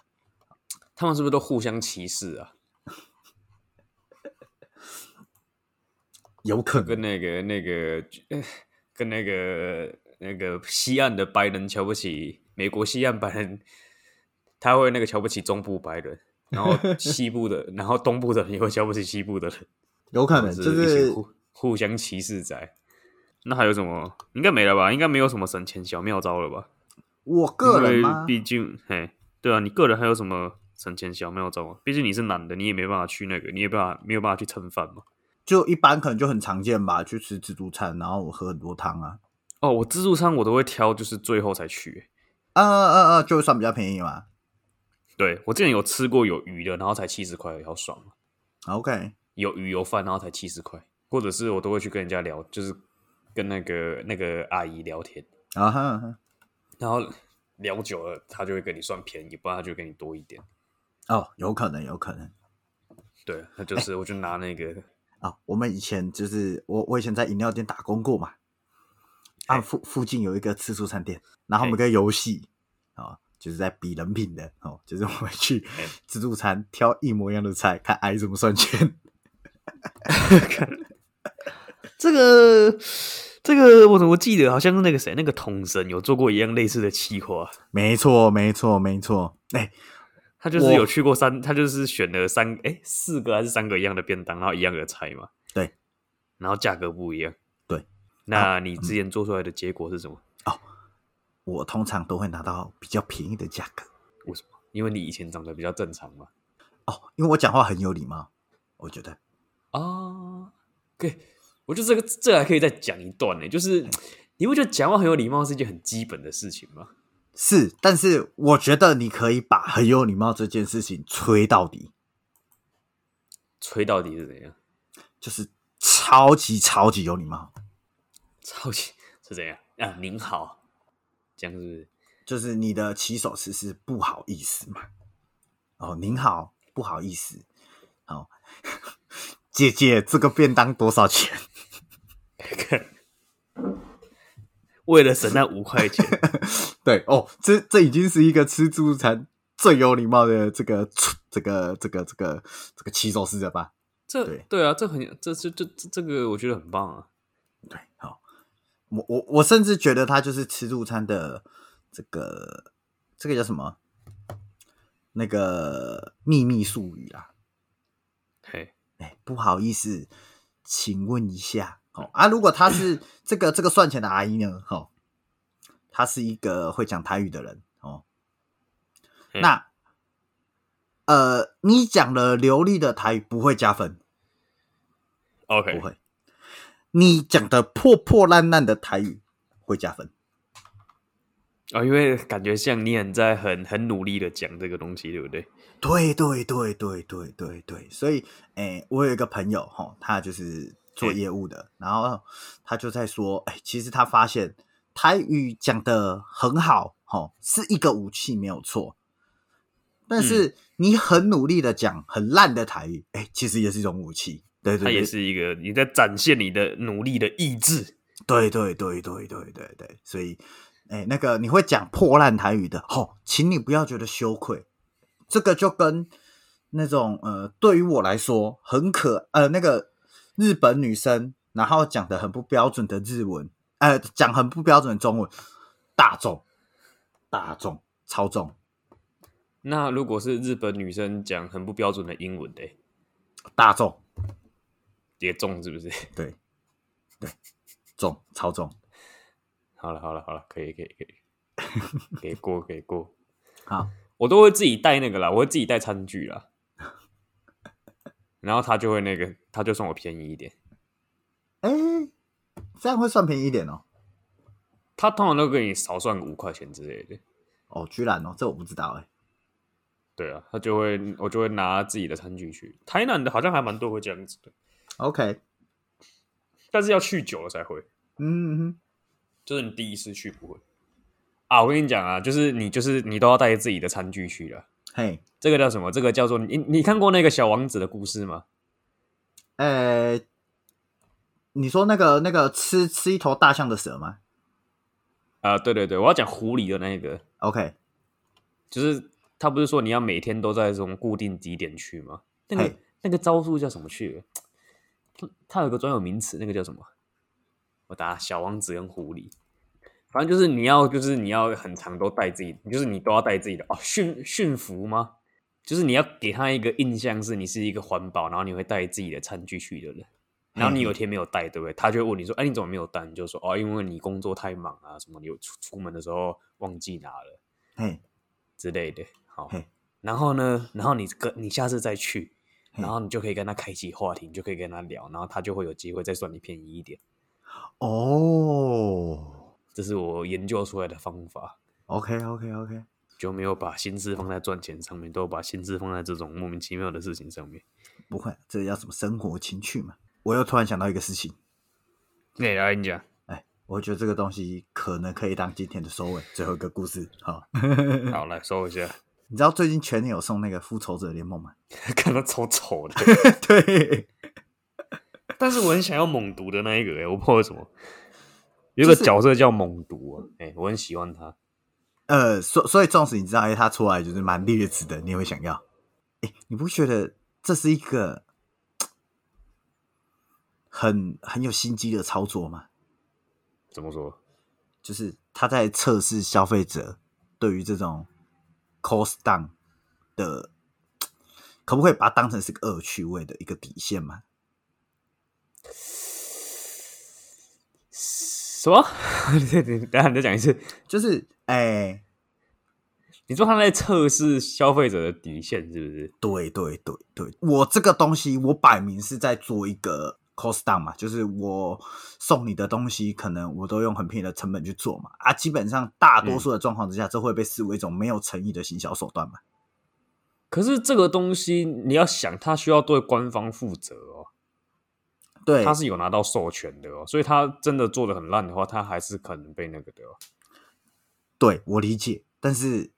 他们是不是都互相歧视啊？有可能跟那个那个呃跟那个那个西岸的白人瞧不起美国西岸白人，他会那个瞧不起中部白人，然后西部的，然后东部的人也会瞧不起西部的 人，有可能就就是一群是互互相歧视仔。那还有什么？应该没了吧？应该没有什么省钱小妙招了吧？我个人因吗为？毕竟，嘿，对啊，你个人还有什么省钱小妙招啊？毕竟你是男的，你也没办法去那个，你也没办法没有办法去蹭饭嘛。就一般可能就很常见吧，去吃自助餐，然后我喝很多汤啊，哦，我自助餐我都会挑，就是最后才去、欸啊啊啊，就算比较便宜嘛对我之前有吃过有鱼的，然后才七十块，好爽啊！ ，OK，有鱼有饭，然后才七十块，或者是我都会去跟人家聊，就是跟那个那个阿姨聊天，啊哈啊哈。然后聊久了，她就会跟你算便宜，不然她就会给你多一点。哦，有可能，有可能。对，那就是我就拿那个，啊、我们以前就是我我以前在饮料店打工过嘛，哎啊附附近有一个自助餐店，然后我们有个游戏啊、哦就是在比人品的哦，就是我们去哎 自助餐挑一模一样的菜，看阿姨怎么算钱。 这个这个我怎么记得好像是那个谁那个统神有做过一样类似的企划，没错，没错，没错。哎，他就是我有去过三，他就是选了三哎四个还是三个一样的便当，然后一样的菜嘛。对，然后价格不一样。对，啊嗯那你之前做出来的结果是什么？我通常都会拿到比较便宜的价格为什么？因为你以前长得比较正常嘛。哦，因为我讲话很有礼貌，我觉得。哦啊，可以，我觉得这个这还可以再讲一段呢、就是你不觉得讲话很有礼貌是一件很基本的事情吗？是，但是我觉得你可以把很有礼貌这件事情吹到底。吹到底是怎样？就是超级超级有礼貌，超级是怎样啊？您好，这样是不是？ 就是你的起手词是不好意思嘛？哦，您好，不好意思，哦， 姐姐，这个便当多少钱？ 为了省那五块钱，对哦，这这已经是一个吃自助餐最有礼貌的这个这个这个这个这个起手式了吧？这对对啊，这很这这这这这个我觉得很棒啊。对，好、我我我甚至觉得它就是吃自助餐的这个这个叫什么？那个秘密术语啊啦。嘿，哎，不好意思，请问一下，哦啊，如果她是这个这个算钱的阿姨呢？哦，她是一个会讲台语的人哦。嗯那呃，你讲了流利的台语不会加分， OK，不会。你讲的破破烂烂的台语会加分，啊，因为感觉像你很在很很努力的讲这个东西，对不对？对对对对对对对，所以，哎，我有一个朋友哈，吼他就是做业务的，然后他就在说，哎，其实他发现台语讲的很好，哈，是一个武器没有错，但是你很努力的讲很烂的台语，哎，其实也是一种武器，对对它对，也是一个你在展现你的努力的意志。对对对对对对对，所以，哎，那个你会讲破烂台语的，吼、请你不要觉得羞愧，这个就跟那种呃，对于我来说很可呃那个日本女生，然后讲的很不标准的日文，呃，讲很不标准的中文，大众，大众，超重，那如果是日本女生讲很不标准的英文的，大众，也中是不 是？对，对，重，超重。好了好了好了，可以可以可以，给过给过，好，我都会自己带那个啦，我会自己带餐具啦。然后他就会那个，他就算我便宜一点。哎，这样会算便宜一点哦。他通常都给你少算个五块钱之类的。哦，居然哦，这我不知道哎。对啊，他就会我就会拿自己的餐具去。台南的好像还蛮多会这样子的， OK，但是要去久了才会，嗯哼。就是你第一次去不会。啊，我跟你讲啊，就是你就是你都要带自己的餐具去了。嘿，这个叫什么？这个叫做你你看过那个小王子的故事吗？呃，你说那个那个吃吃一头大象的蛇吗啊，对对对，我要讲狐狸的那个， ？OK，就是他不是说你要每天都在这种固定几点去吗？那个嘿那个招数叫什么去？它它有个专有名词，那个叫什么？我打小王子跟狐狸，反正就是你要就是你要很长都带自己，就是你都要带自己的哦驯驯服吗？就是你要给他一个印象是你是一个环保，然后你会带自己的餐具去的人。然嗯后你有一天没有带，对不对？他就会问你说：“哎，你怎么没有带？”你就说：“哦，因为你工作太忙啊，什么你有出出门的时候忘记拿了。”嘿，之类的。好嘿，然后呢，然后你跟你下次再去，嘿然后你就可以跟他开启话题，你就可以跟他聊，然后他就会有机会再算你便宜一点。哦这是我研究出来的方法， ，OK OK OK，就没有把心思放在赚钱上面，都把心思放在这种莫名其妙的事情上 面。不会，这叫什么生活情趣嘛？我又突然想到一个事情，那也来你讲，哎，我觉得这个东西可能可以当今天的收尾，最后一个故事。好， 好来说一下，你知道最近全年有送那个复仇者联盟吗？ 看他超丑的，对， 但是我很想要猛毒的那一个、欸，我不知道为什么。有一个就是角色叫猛毒啊，哎、我很喜欢他。呃，所所以纵使你知道，哎，它出来就是蛮劣质的，你也会想要。哎，你不觉得这是一个很很有心机的操作吗？怎么说？就是他在测试消费者对于这种 cost down 的，可不可以把它当成是个恶趣味的一个底线嘛？什么？ 对对，等一下你再讲一次。就是，哎，你说他在测试消费者的底线是不是？对对对对，我这个东西我摆明是在做一个 cost down 嘛，就是我送你的东西，可能我都用很便宜的成本去做嘛，啊，嗯基本上大多数的状况之下，这会被视为一种没有诚意的行销手段嘛。可是这个东西你要想，它需要对官方负责哦，对，它是有拿到授权的哦，所以它真的做的很烂的话，它还是可能被那个的哦。对我理解，但是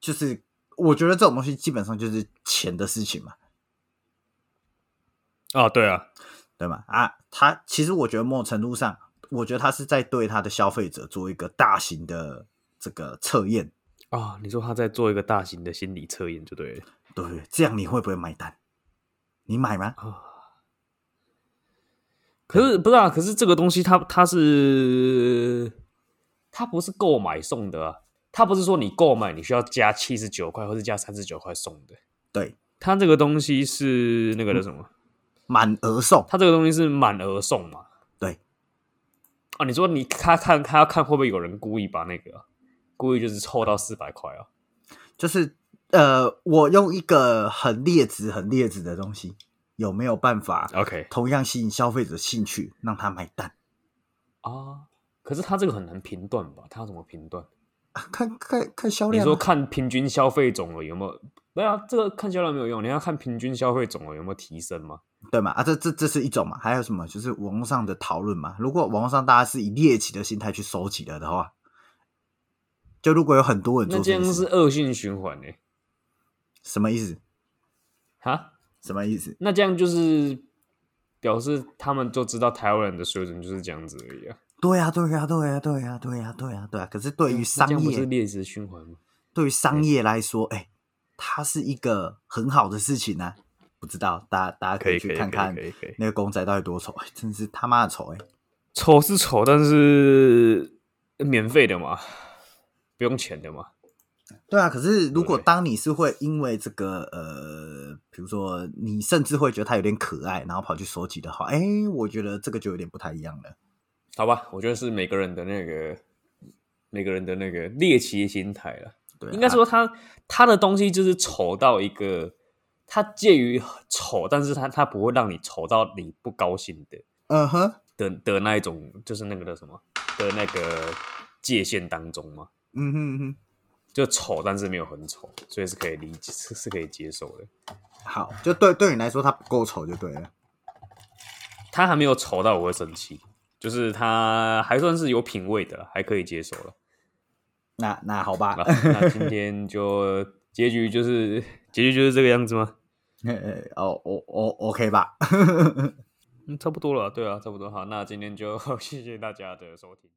就是我觉得这种东西基本上就是钱的事情嘛，啊，对啊，对吗？啊，他其实我觉得某种程度上，我觉得他是在对他的消费者做一个大型的这个测验。啊，你说他在做一个大型的心理测验就对了对，这样你会不会买单？你买吗？啊。可是不是啊？可是这个东西它它是它不是购买送的啊，它不是说你购买你需要加七十九块或是加三十九块送的，对，它这个东西是那个的什么？满额送。它这个东西是满额送嘛？对。啊，你说你他看他要看会不会有人故意把那个啊、故意就是凑到四百块啊？就是呃，我用一个很劣质、很劣质的东西，有没有办法 OK 同样吸引消费者兴趣，让他买单？ 啊，可是他这个很难评断吧？他要怎么评断？啊、看看看销你量、说啊，看平均消费总额有没有？对啊，这个看销量没有用，你要看平均消费总额有没有提升嘛？对嘛？啊，这这这是一种嘛？还有什么？就是网络上的讨论嘛。如果网络上大家是以猎奇的心态去收集了的话，就如果有很多人那做这这样件是事，恶性循环呢、欸？什么意思？哈，什么意思？那这样就是表示他们就知道台湾人的水准就是这样子而已啊。对呀、对呀、对呀、啊对呀、对呀、对呀、啊对呀、可是对于啊那商这样不业是劣质循环吗？对于商业来说，哎、它是一个很好的事情啊。不知道大家大家可以去看看以可以，那个公仔到底多丑，哎、真是他妈的丑哎、丑是丑，但是免费的嘛，不用钱的嘛。对啊，可是如果对当你是会因为这个呃，比如说你甚至会觉得它有点可爱，然后跑去收集的话，哎、我觉得这个就有点不太一样了。好吧，我觉得是每个人的那个每个人的那个猎奇心态了。对啊、应该说他他的东西就是丑到一个，他介于丑，但是他他不会让你丑到你不高兴的嗯哼，的的那一种，就是那个的什么的那个界限当中嘛，嗯哼嗯哼。就丑但是没有很丑，所以是可以理解是是可以接受的。好，就对对你来说，它不够丑就对了。他还没有丑到我会生气，就是他还算是有品味的，还可以接受了。那那好好，吧吧那今天就结局就是结局就是这个样子吗？嘿嘿哦哦哦，OK 吧。 嗯，差不多了，对啊，差不多。好，那今天就谢谢大家的收听。